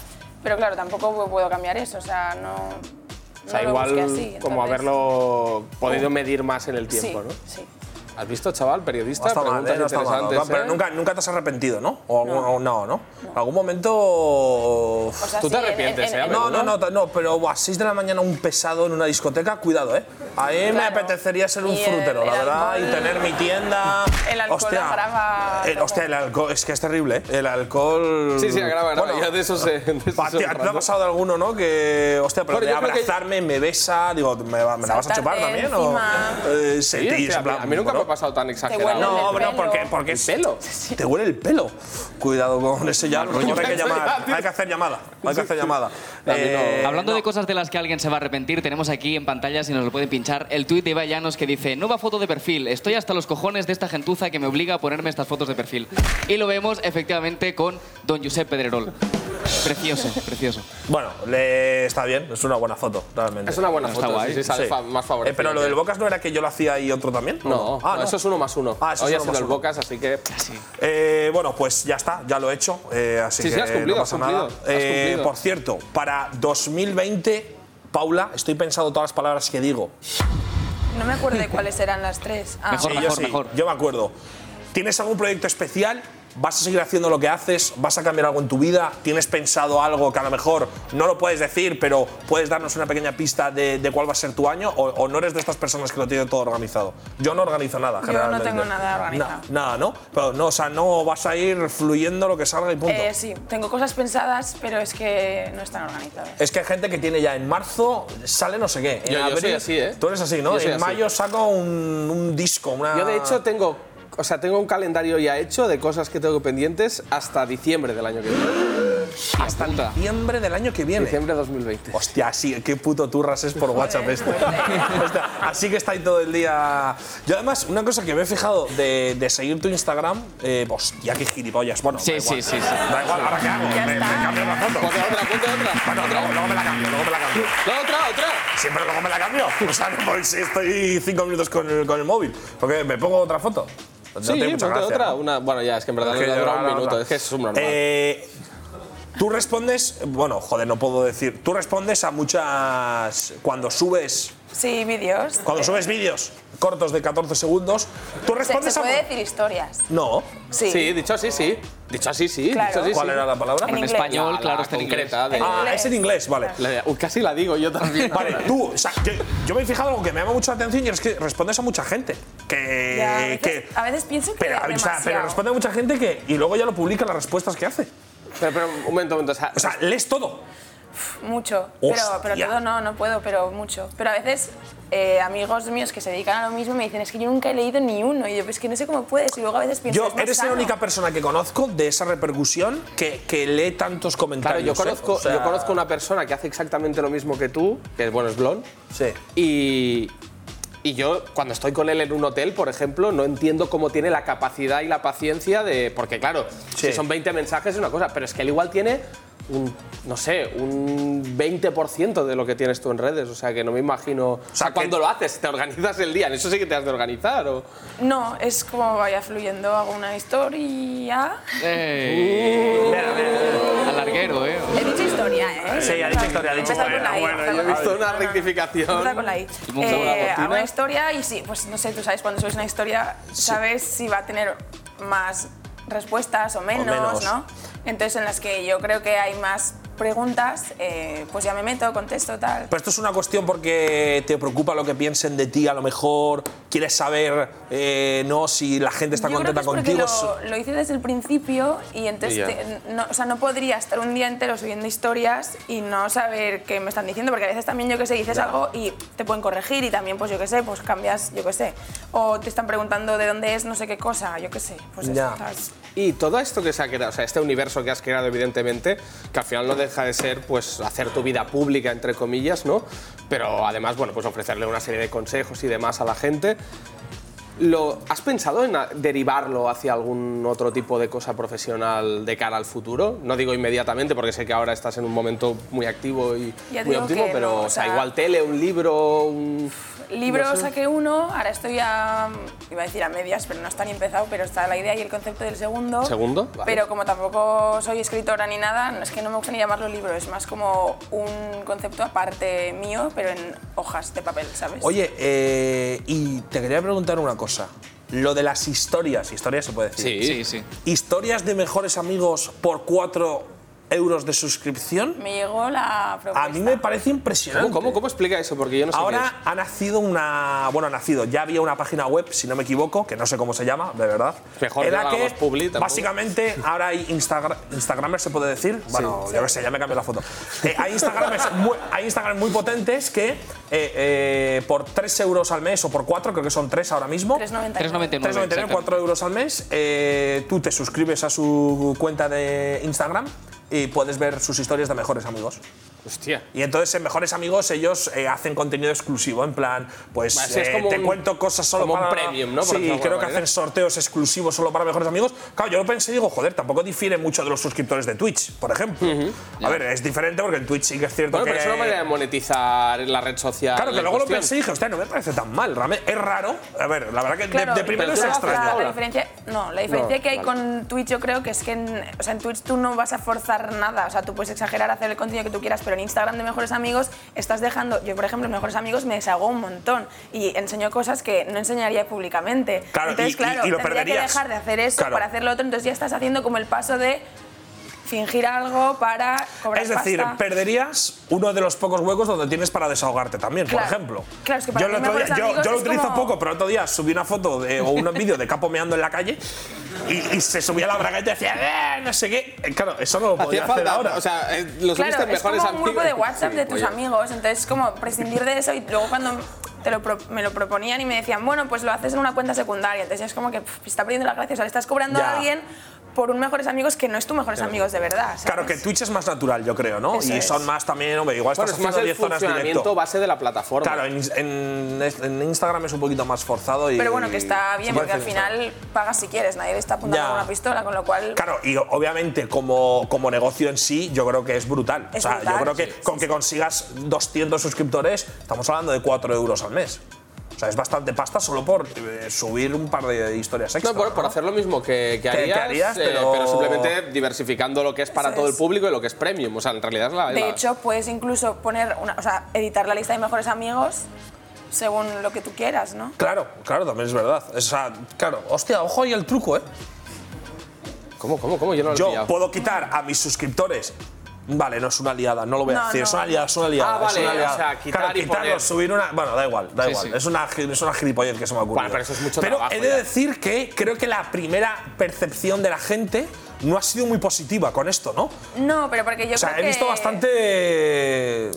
[SPEAKER 10] Pero claro, tampoco puedo cambiar eso, o sea, no.
[SPEAKER 7] O sea,
[SPEAKER 10] no lo
[SPEAKER 7] igual
[SPEAKER 10] busqué así, entonces-
[SPEAKER 7] como
[SPEAKER 10] Oh.
[SPEAKER 7] haberlo podido medir más en el
[SPEAKER 10] Sí,
[SPEAKER 7] tiempo, ¿no?
[SPEAKER 10] Sí.
[SPEAKER 7] ¿Has visto, chaval? Periodista,
[SPEAKER 2] No está mal,
[SPEAKER 7] preguntas
[SPEAKER 2] eh, no está mal.
[SPEAKER 7] interesantes.
[SPEAKER 2] Pero
[SPEAKER 7] ¿eh?
[SPEAKER 2] nunca, nunca te has arrepentido, ¿no? O algún- o no, ¿no? ¿Algún momento
[SPEAKER 10] O sea,
[SPEAKER 7] Tú te
[SPEAKER 10] sí, en-
[SPEAKER 7] arrepientes,
[SPEAKER 10] en-
[SPEAKER 7] ¿eh?
[SPEAKER 10] en-
[SPEAKER 2] No, no,
[SPEAKER 7] ¿no?
[SPEAKER 2] no, no, pero a 6 de la mañana un pesado en una discoteca, cuidado, ¿eh? A mí me
[SPEAKER 10] Claro.
[SPEAKER 2] apetecería ser un
[SPEAKER 10] Y el-
[SPEAKER 2] frutero, la
[SPEAKER 10] el
[SPEAKER 2] verdad, y
[SPEAKER 10] alcohol-
[SPEAKER 2] tener mi tienda.
[SPEAKER 10] El alcohol agrava
[SPEAKER 2] el-
[SPEAKER 10] todo.
[SPEAKER 2] hostia, el alcohol, es que es terrible, ¿eh? El alcohol.
[SPEAKER 7] Sí, sí, agrava, agrava.
[SPEAKER 2] Bueno,
[SPEAKER 7] ya de eso se. de eso
[SPEAKER 2] pa-
[SPEAKER 7] se
[SPEAKER 2] tía, ¿Te ha
[SPEAKER 7] rato.
[SPEAKER 2] pasado de alguno, no? Que, hostia, pero
[SPEAKER 7] Bueno,
[SPEAKER 2] de
[SPEAKER 7] yo creo que-
[SPEAKER 2] abrazarme, me besa, digo, ¿me, va- me la vas a
[SPEAKER 10] Saltarte
[SPEAKER 2] chupar también?
[SPEAKER 10] encima.
[SPEAKER 2] ¿O eh,
[SPEAKER 7] Sí,
[SPEAKER 2] sentís,
[SPEAKER 7] hostia,
[SPEAKER 2] en plan,
[SPEAKER 7] a mí nunca me
[SPEAKER 2] bueno,
[SPEAKER 7] ha pasado tan exagerado.
[SPEAKER 10] huele
[SPEAKER 7] No,
[SPEAKER 2] no,
[SPEAKER 10] el
[SPEAKER 2] bueno,
[SPEAKER 10] pelo.
[SPEAKER 2] porque, porque es
[SPEAKER 7] pelo.
[SPEAKER 2] Te huele el pelo. Cuidado con eso ya. Hay que, llamar,
[SPEAKER 7] Ya, tío.
[SPEAKER 2] hay que hacer llamada. Hay que hacer llamada. Eh,
[SPEAKER 7] A mí no.
[SPEAKER 1] Hablando de cosas de las que alguien se va a arrepentir, tenemos aquí en pantalla, si nos lo pueden pinchar, el tuit de Ibai Llanos que dice: Nueva foto de perfil, estoy hasta los cojones de esta gentuza que me obliga a ponerme estas fotos de perfil. Y lo vemos efectivamente con don Josep Pedrerol. Precioso, precioso.
[SPEAKER 2] Bueno, le está bien, es una buena foto, realmente.
[SPEAKER 7] Es una buena
[SPEAKER 1] Está
[SPEAKER 7] foto,
[SPEAKER 1] guay.
[SPEAKER 7] sí, sí, sale
[SPEAKER 2] Sí.
[SPEAKER 7] fa- más
[SPEAKER 2] Eh,
[SPEAKER 7] favorable.
[SPEAKER 2] pero lo del Bocas no era que yo lo hacía y otro también. ¿o
[SPEAKER 7] No,
[SPEAKER 2] Ah,
[SPEAKER 7] no, eso es uno más uno.
[SPEAKER 2] Ah, eso es
[SPEAKER 7] Hoy ha
[SPEAKER 2] uno
[SPEAKER 7] sido
[SPEAKER 2] más
[SPEAKER 7] el
[SPEAKER 2] uno.
[SPEAKER 7] Bocas, así que.
[SPEAKER 2] Eh, bueno, pues ya está, ya lo he hecho. eh, así
[SPEAKER 7] Sí, sí,
[SPEAKER 2] que
[SPEAKER 7] has cumplido,
[SPEAKER 2] no
[SPEAKER 7] has
[SPEAKER 2] pasa nada.
[SPEAKER 7] cumplido, has
[SPEAKER 2] Eh,
[SPEAKER 7] cumplido.
[SPEAKER 2] por cierto, para 2020, Paula, estoy pensando todas las palabras que digo.
[SPEAKER 10] No me acuerdo de cuáles eran las tres. Ah,
[SPEAKER 1] Mejor.
[SPEAKER 2] Sí, yo sí,
[SPEAKER 1] mejor.
[SPEAKER 2] Yo me acuerdo. ¿Tienes algún proyecto especial? ¿Vas a seguir haciendo lo que haces? ¿Vas a cambiar algo en tu vida? ¿Tienes pensado algo que a lo mejor no lo puedes decir, pero puedes darnos una pequeña pista de, de cuál va a ser tu año? ¿O, o no eres de estas personas que lo tienen todo organizado? Yo no organizo
[SPEAKER 10] Yo
[SPEAKER 2] nada,
[SPEAKER 10] no
[SPEAKER 2] generalmente.
[SPEAKER 10] tengo nada organizado.
[SPEAKER 2] Na- nada, ¿no? Pero no, o sea, no vas a ir fluyendo lo que salga y punto.
[SPEAKER 10] Eh, sí, tengo cosas pensadas, pero es que no están organizadas.
[SPEAKER 2] Es que hay gente que tiene ya en marzo, sale no sé qué. En
[SPEAKER 7] Yo- yo soy
[SPEAKER 2] abril,
[SPEAKER 7] así, ¿eh?
[SPEAKER 2] Tú eres así, ¿no?
[SPEAKER 7] Yo soy
[SPEAKER 2] En
[SPEAKER 7] así.
[SPEAKER 2] mayo saco un, un disco, una.
[SPEAKER 7] Yo de hecho tengo, o sea, tengo un calendario ya hecho de cosas que tengo pendientes hasta diciembre del año que viene.
[SPEAKER 2] hasta diciembre del año que viene.
[SPEAKER 7] Diciembre de 2020.
[SPEAKER 2] Hostia, sí, qué puto turras es por WhatsApp este. Hostia, así que está ahí todo el día. Yo además, una cosa que me he fijado de, de seguir tu Instagram, eh, hostia, qué gilipollas. Bueno,
[SPEAKER 3] Sí,
[SPEAKER 2] da
[SPEAKER 3] sí,
[SPEAKER 2] igual.
[SPEAKER 3] sí, sí.
[SPEAKER 2] Da igual, ahora qué hago. Me, me cambio la foto.
[SPEAKER 7] Ponte otra, ponte otra.
[SPEAKER 2] Bueno, luego, luego me la cambio, luego me la cambio.
[SPEAKER 7] No, otra, otra.
[SPEAKER 2] Siempre luego me la cambio. O sea, no, porque si estoy cinco minutos con el, con el móvil. Porque me pongo otra foto. No
[SPEAKER 7] sí,
[SPEAKER 2] tiene
[SPEAKER 7] ponte
[SPEAKER 2] mucha gracia,
[SPEAKER 7] otra.
[SPEAKER 2] ¿no?
[SPEAKER 7] Una, bueno, ya, es que en verdad
[SPEAKER 2] Es que
[SPEAKER 7] no
[SPEAKER 2] yo
[SPEAKER 7] dura un
[SPEAKER 2] ahora-
[SPEAKER 7] minuto,
[SPEAKER 2] ahora-
[SPEAKER 7] es que es subnormal.
[SPEAKER 2] Eh, tú respondes, bueno, joder, no puedo decir. Tú respondes a muchas. Cuando subes.
[SPEAKER 10] Sí, vídeos.
[SPEAKER 2] Cuando
[SPEAKER 10] Eh,
[SPEAKER 2] subes vídeos cortos de 14 segundos, tú
[SPEAKER 10] se,
[SPEAKER 2] respondes
[SPEAKER 10] se puede
[SPEAKER 2] a.
[SPEAKER 10] decir historias.
[SPEAKER 2] No.
[SPEAKER 10] Sí.
[SPEAKER 7] Sí, dicho así, sí. Dicho así, sí.
[SPEAKER 10] Claro.
[SPEAKER 7] Dicho así,
[SPEAKER 2] ¿Cuál
[SPEAKER 7] sí.
[SPEAKER 2] era la palabra?
[SPEAKER 10] En inglés.
[SPEAKER 7] La-
[SPEAKER 3] español,
[SPEAKER 7] la
[SPEAKER 3] claro, está en inglés.
[SPEAKER 7] concreta de-
[SPEAKER 2] Ah, es en inglés, vale.
[SPEAKER 7] La- uy, casi la digo yo también.
[SPEAKER 2] Vale, tú, o sea, yo, yo me he fijado algo que me llama mucho la atención y es que respondes a mucha gente. Que.
[SPEAKER 10] Ya, a veces-
[SPEAKER 2] que-
[SPEAKER 10] a veces pienso que
[SPEAKER 2] Eh, Pero, o sea,
[SPEAKER 10] demasiado.
[SPEAKER 2] pero responde a mucha gente que. Y luego ya lo publica las respuestas que hace.
[SPEAKER 7] Pero, pero, un momento, un momento. o sea,
[SPEAKER 2] O sea, lees todo.
[SPEAKER 10] Mucho. Pero, pero
[SPEAKER 2] Hostia.
[SPEAKER 10] todo no, no puedo, pero mucho. Pero a veces eh, amigos míos que se dedican a lo mismo me dicen, es que yo nunca he leído ni uno. Y yo, pues que no sé cómo puedes. Y luego a veces pienso,
[SPEAKER 2] Yo,
[SPEAKER 10] "Es más
[SPEAKER 2] eres la
[SPEAKER 10] sano".
[SPEAKER 2] única persona que conozco de esa repercusión que, que lee tantos
[SPEAKER 7] Claro,
[SPEAKER 2] comentarios.
[SPEAKER 7] yo
[SPEAKER 2] ¿eh?
[SPEAKER 7] conozco,
[SPEAKER 2] O sea-
[SPEAKER 7] yo conozco una persona que hace exactamente lo mismo que tú, que es bueno, es blond.
[SPEAKER 2] Sí.
[SPEAKER 7] Y, y yo, cuando estoy con él en un hotel, por ejemplo, no entiendo cómo tiene la capacidad y la paciencia de. Porque, claro,
[SPEAKER 2] Sí.
[SPEAKER 7] si son 20 mensajes es una cosa, pero es que él igual tiene un. No sé, un 20% de lo que tienes tú en redes. O sea, que no me imagino. O sea,
[SPEAKER 2] que-
[SPEAKER 7] cuando lo haces, te organizas el día. En eso sí que te has de organizar. O,
[SPEAKER 10] No, es como vaya fluyendo, hago una historia.
[SPEAKER 3] ¡Ey! Alarguero, ¿eh?
[SPEAKER 10] He dicho historia, ¿eh?
[SPEAKER 2] Sí, ha dicho historia, ha dicho
[SPEAKER 10] Empezar
[SPEAKER 2] historia.
[SPEAKER 10] con la I,
[SPEAKER 2] Bueno,
[SPEAKER 10] empezar
[SPEAKER 7] yo he
[SPEAKER 10] con la
[SPEAKER 7] visto
[SPEAKER 10] I.
[SPEAKER 7] una
[SPEAKER 10] No, no, no.
[SPEAKER 7] rectificación.
[SPEAKER 10] Empezar con la I.
[SPEAKER 7] Monta una
[SPEAKER 10] Eh,
[SPEAKER 7] rutina.
[SPEAKER 10] hago una historia y sí, pues no sé, tú sabes, cuando subes una historia, sabes si va a tener más respuestas o menos,
[SPEAKER 2] menos.
[SPEAKER 10] ¿no? Entonces, en las que yo creo que hay más preguntas, eh, pues ya me meto, contesto, tal.
[SPEAKER 2] Pero esto es una cuestión porque te preocupa lo que piensen de ti, a lo mejor quieres saber eh, no si la gente está
[SPEAKER 10] Yo creo que
[SPEAKER 2] contenta
[SPEAKER 10] es porque
[SPEAKER 2] contigo.
[SPEAKER 10] Lo, lo hice desde el principio y entonces
[SPEAKER 7] Y ya.
[SPEAKER 10] te- no, o sea, no podría estar un día entero subiendo historias y no saber qué me están diciendo, porque a veces también yo que sé, dices algo y te pueden corregir y también pues yo que sé, pues cambias, yo que sé. O te están preguntando de dónde es no sé qué cosa, yo que sé. Pues
[SPEAKER 2] Ya.
[SPEAKER 10] estás-
[SPEAKER 7] Y todo esto que se ha creado, o sea, este universo que has creado, evidentemente, que al final no deja de ser, pues, hacer tu vida pública, entre comillas, ¿no? Pero además, bueno, pues ofrecerle una serie de consejos y demás a la gente. ¿Lo, ¿Has pensado en a- derivarlo hacia algún otro tipo de cosa profesional de cara al futuro? No digo inmediatamente, porque sé que ahora estás en un momento muy activo y
[SPEAKER 10] Ya
[SPEAKER 7] muy
[SPEAKER 10] digo
[SPEAKER 7] óptimo,
[SPEAKER 10] que
[SPEAKER 7] pero
[SPEAKER 10] no, o
[SPEAKER 7] o sea,
[SPEAKER 10] sea-
[SPEAKER 7] igual tele, un libro, un...
[SPEAKER 10] Libro
[SPEAKER 7] no sé.
[SPEAKER 10] saqué uno, ahora estoy a. iba a decir a medias, pero no está ni empezado, pero está la idea y el concepto del segundo.
[SPEAKER 7] ¿Segundo? Vale.
[SPEAKER 10] Pero como tampoco soy escritora ni nada, no- es que no me gusta ni llamarlo libro, es más como un concepto aparte mío, pero en hojas de papel, ¿sabes?
[SPEAKER 2] Oye, eh, y te quería preguntar una cosa. Lo de las historias, historias se puede decir.
[SPEAKER 3] Sí, sí.
[SPEAKER 2] Historias de mejores amigos por 4 euros de suscripción.
[SPEAKER 10] Me llegó la propuesta.
[SPEAKER 2] A mí me parece impresionante.
[SPEAKER 7] ¿Cómo, cómo, cómo explica eso? Porque yo no sé qué es.
[SPEAKER 2] Ahora ha nacido una. Bueno, ha nacido. Ya había una página web, si no me equivoco, que no sé cómo se llama, de verdad.
[SPEAKER 7] Mejor
[SPEAKER 2] en
[SPEAKER 7] que
[SPEAKER 2] la
[SPEAKER 7] no
[SPEAKER 2] que
[SPEAKER 7] hagamos publi, tampoco.
[SPEAKER 2] básicamente ahora hay Instagram, Instagramers, se puede decir. Bueno, yo qué sé, ya me cambié la foto. Eh, hay Instagramers muy, hay Instagram muy potentes que eh, eh, por 3 euros al mes o por 4, creo que son 3 ahora mismo.
[SPEAKER 10] 3,99.
[SPEAKER 3] 3,99.
[SPEAKER 2] 3,99,
[SPEAKER 3] exacto.
[SPEAKER 2] 4 euros al mes. eh, tú te suscribes a su cuenta de Instagram y puedes ver sus historias de mejores amigos.
[SPEAKER 7] Hostia.
[SPEAKER 2] Y entonces en Mejores Amigos ellos eh, hacen contenido exclusivo, en plan, pues
[SPEAKER 7] Así es
[SPEAKER 2] eh,
[SPEAKER 7] como
[SPEAKER 2] te
[SPEAKER 7] un-
[SPEAKER 2] cuento cosas solo
[SPEAKER 7] como un
[SPEAKER 2] para...
[SPEAKER 7] premium, ¿no? Por
[SPEAKER 2] Sí,
[SPEAKER 7] decirlo de
[SPEAKER 2] creo
[SPEAKER 7] alguna
[SPEAKER 2] que
[SPEAKER 7] manera.
[SPEAKER 2] hacen sorteos exclusivos solo para Mejores Amigos. Claro, yo lo pensé y digo, joder, tampoco difiere mucho de los suscriptores de Twitch, por ejemplo. A ver, es diferente porque en Twitch sí que es cierto
[SPEAKER 7] Bueno,
[SPEAKER 2] que...
[SPEAKER 7] pero es una manera de monetizar la red social.
[SPEAKER 2] Claro, que
[SPEAKER 7] en
[SPEAKER 2] luego lo
[SPEAKER 7] cuestión.
[SPEAKER 2] pensé y dije, hostia, no me parece tan mal, realmente es raro. A ver, la verdad que de-
[SPEAKER 10] Claro,
[SPEAKER 2] de, primero
[SPEAKER 7] pero
[SPEAKER 2] es
[SPEAKER 7] tú lo haces
[SPEAKER 2] extraño.
[SPEAKER 10] La,
[SPEAKER 7] ahora.
[SPEAKER 10] diferencia, no, la diferencia
[SPEAKER 7] No,
[SPEAKER 10] que hay
[SPEAKER 7] vale.
[SPEAKER 10] con Twitch yo creo que es que en, o sea, en Twitch tú no vas a forzar nada, o sea, tú puedes exagerar, hacer el contenido que tú quieras, pero en Instagram de mejores amigos estás dejando, yo por ejemplo, en mejores amigos me deshago un montón y enseño cosas que no enseñaría públicamente.
[SPEAKER 2] Claro,
[SPEAKER 10] entonces,
[SPEAKER 2] y-
[SPEAKER 10] claro,
[SPEAKER 2] y- y lo
[SPEAKER 10] tendría que
[SPEAKER 2] perderías.
[SPEAKER 10] dejar de hacer eso
[SPEAKER 2] Claro.
[SPEAKER 10] para hacer lo otro, entonces ya estás haciendo como el paso de fingir algo para cobrar
[SPEAKER 2] Es decir,
[SPEAKER 10] pasta.
[SPEAKER 2] perderías uno de los pocos huecos donde tienes para desahogarte también, por
[SPEAKER 10] Claro.
[SPEAKER 2] ejemplo.
[SPEAKER 10] Claro, es que para
[SPEAKER 2] yo, el
[SPEAKER 10] mí
[SPEAKER 2] otro
[SPEAKER 10] mejores
[SPEAKER 2] día- yo-
[SPEAKER 10] amigos
[SPEAKER 2] yo lo
[SPEAKER 10] es
[SPEAKER 2] utilizo
[SPEAKER 10] como-
[SPEAKER 2] poco, pero el otro día subí una foto de- o un vídeo de capo meando en la calle y, y se subía la braga y te decía, "Eh, no sé qué. Eh, Claro, eso no lo podía
[SPEAKER 7] Hacía
[SPEAKER 2] hacer
[SPEAKER 7] falta,
[SPEAKER 2] ahora.
[SPEAKER 7] o sea, eh, los
[SPEAKER 2] Pues
[SPEAKER 10] claro,
[SPEAKER 7] viste
[SPEAKER 10] es
[SPEAKER 7] mejores
[SPEAKER 10] como un grupo de
[SPEAKER 7] amigos.
[SPEAKER 10] WhatsApp de tus
[SPEAKER 7] Oye.
[SPEAKER 10] amigos, entonces es como prescindir de eso y luego cuando te lo pro- me lo proponían y me decían, bueno, pues lo haces en una cuenta secundaria, entonces es como que pff, está perdiendo la gracia, o sea, le estás cobrando
[SPEAKER 2] Ya.
[SPEAKER 10] a alguien por un mejores amigos que no es tu mejores amigos de verdad. ¿sabes?
[SPEAKER 2] Claro, que Twitch es más natural, yo creo, ¿no?
[SPEAKER 10] Eso
[SPEAKER 2] y
[SPEAKER 10] es.
[SPEAKER 2] son más también, hombre, igual
[SPEAKER 7] Bueno,
[SPEAKER 2] estás
[SPEAKER 7] es más
[SPEAKER 2] haciendo
[SPEAKER 7] el
[SPEAKER 2] 10 zonas
[SPEAKER 7] funcionamiento
[SPEAKER 2] directo.
[SPEAKER 7] base de la plataforma.
[SPEAKER 2] Claro, en, en- en Instagram es un poquito más forzado y.
[SPEAKER 10] Pero bueno, que está bien,
[SPEAKER 2] se
[SPEAKER 10] porque al
[SPEAKER 2] parece a Instagram.
[SPEAKER 10] final pagas si quieres, nadie le está apuntando
[SPEAKER 2] Ya.
[SPEAKER 10] con una pistola, con lo cual...
[SPEAKER 2] Claro, y obviamente como, como negocio en sí, yo creo que es brutal.
[SPEAKER 10] Es
[SPEAKER 2] o sea, yo
[SPEAKER 10] brutal,
[SPEAKER 2] creo que
[SPEAKER 10] sí,
[SPEAKER 2] con que consigas 200 suscriptores, estamos hablando de 4 euros al mes. O sea, es bastante pasta solo por eh, subir un par de historias extra.
[SPEAKER 7] No, por, por hacer lo mismo que, que harías,
[SPEAKER 2] que harías,
[SPEAKER 7] eh,
[SPEAKER 2] pero-
[SPEAKER 7] simplemente diversificando lo que es para
[SPEAKER 10] Eso
[SPEAKER 7] todo el
[SPEAKER 10] es.
[SPEAKER 7] público y lo que es premium. O sea, en realidad es la.
[SPEAKER 10] De
[SPEAKER 7] la-
[SPEAKER 10] hecho, puedes incluso poner una, o sea, editar la lista de mejores amigos según lo que tú quieras, ¿no?
[SPEAKER 2] Claro, claro, también es verdad. O sea, claro, hostia, ojo ahí el truco, ¿eh?
[SPEAKER 7] ¿Cómo, cómo, cómo? Yo no lo he
[SPEAKER 2] Yo
[SPEAKER 7] pillado.
[SPEAKER 2] puedo quitar a mis suscriptores. Vale, no es una liada, no lo voy a
[SPEAKER 10] No,
[SPEAKER 2] decir.
[SPEAKER 10] no.
[SPEAKER 2] Es una liada, es una liada.
[SPEAKER 7] Ah,
[SPEAKER 2] es una
[SPEAKER 7] vale,
[SPEAKER 2] liada.
[SPEAKER 7] o sea, quitar
[SPEAKER 2] Claro,
[SPEAKER 7] y
[SPEAKER 2] quitarlo,
[SPEAKER 7] poner.
[SPEAKER 2] subir una. Bueno, da igual, da
[SPEAKER 7] Sí,
[SPEAKER 2] igual.
[SPEAKER 7] sí.
[SPEAKER 2] Es, una, es una gilipollez que se me ha ocurrido.
[SPEAKER 7] Bueno, pero eso es mucho
[SPEAKER 2] Pero
[SPEAKER 7] trabajo
[SPEAKER 2] he de
[SPEAKER 7] ya.
[SPEAKER 2] decir que creo que la primera percepción de la gente no ha sido muy positiva con esto, ¿no?
[SPEAKER 10] No, pero porque yo
[SPEAKER 2] o sea,
[SPEAKER 10] creo
[SPEAKER 2] he visto
[SPEAKER 10] que-
[SPEAKER 2] bastante.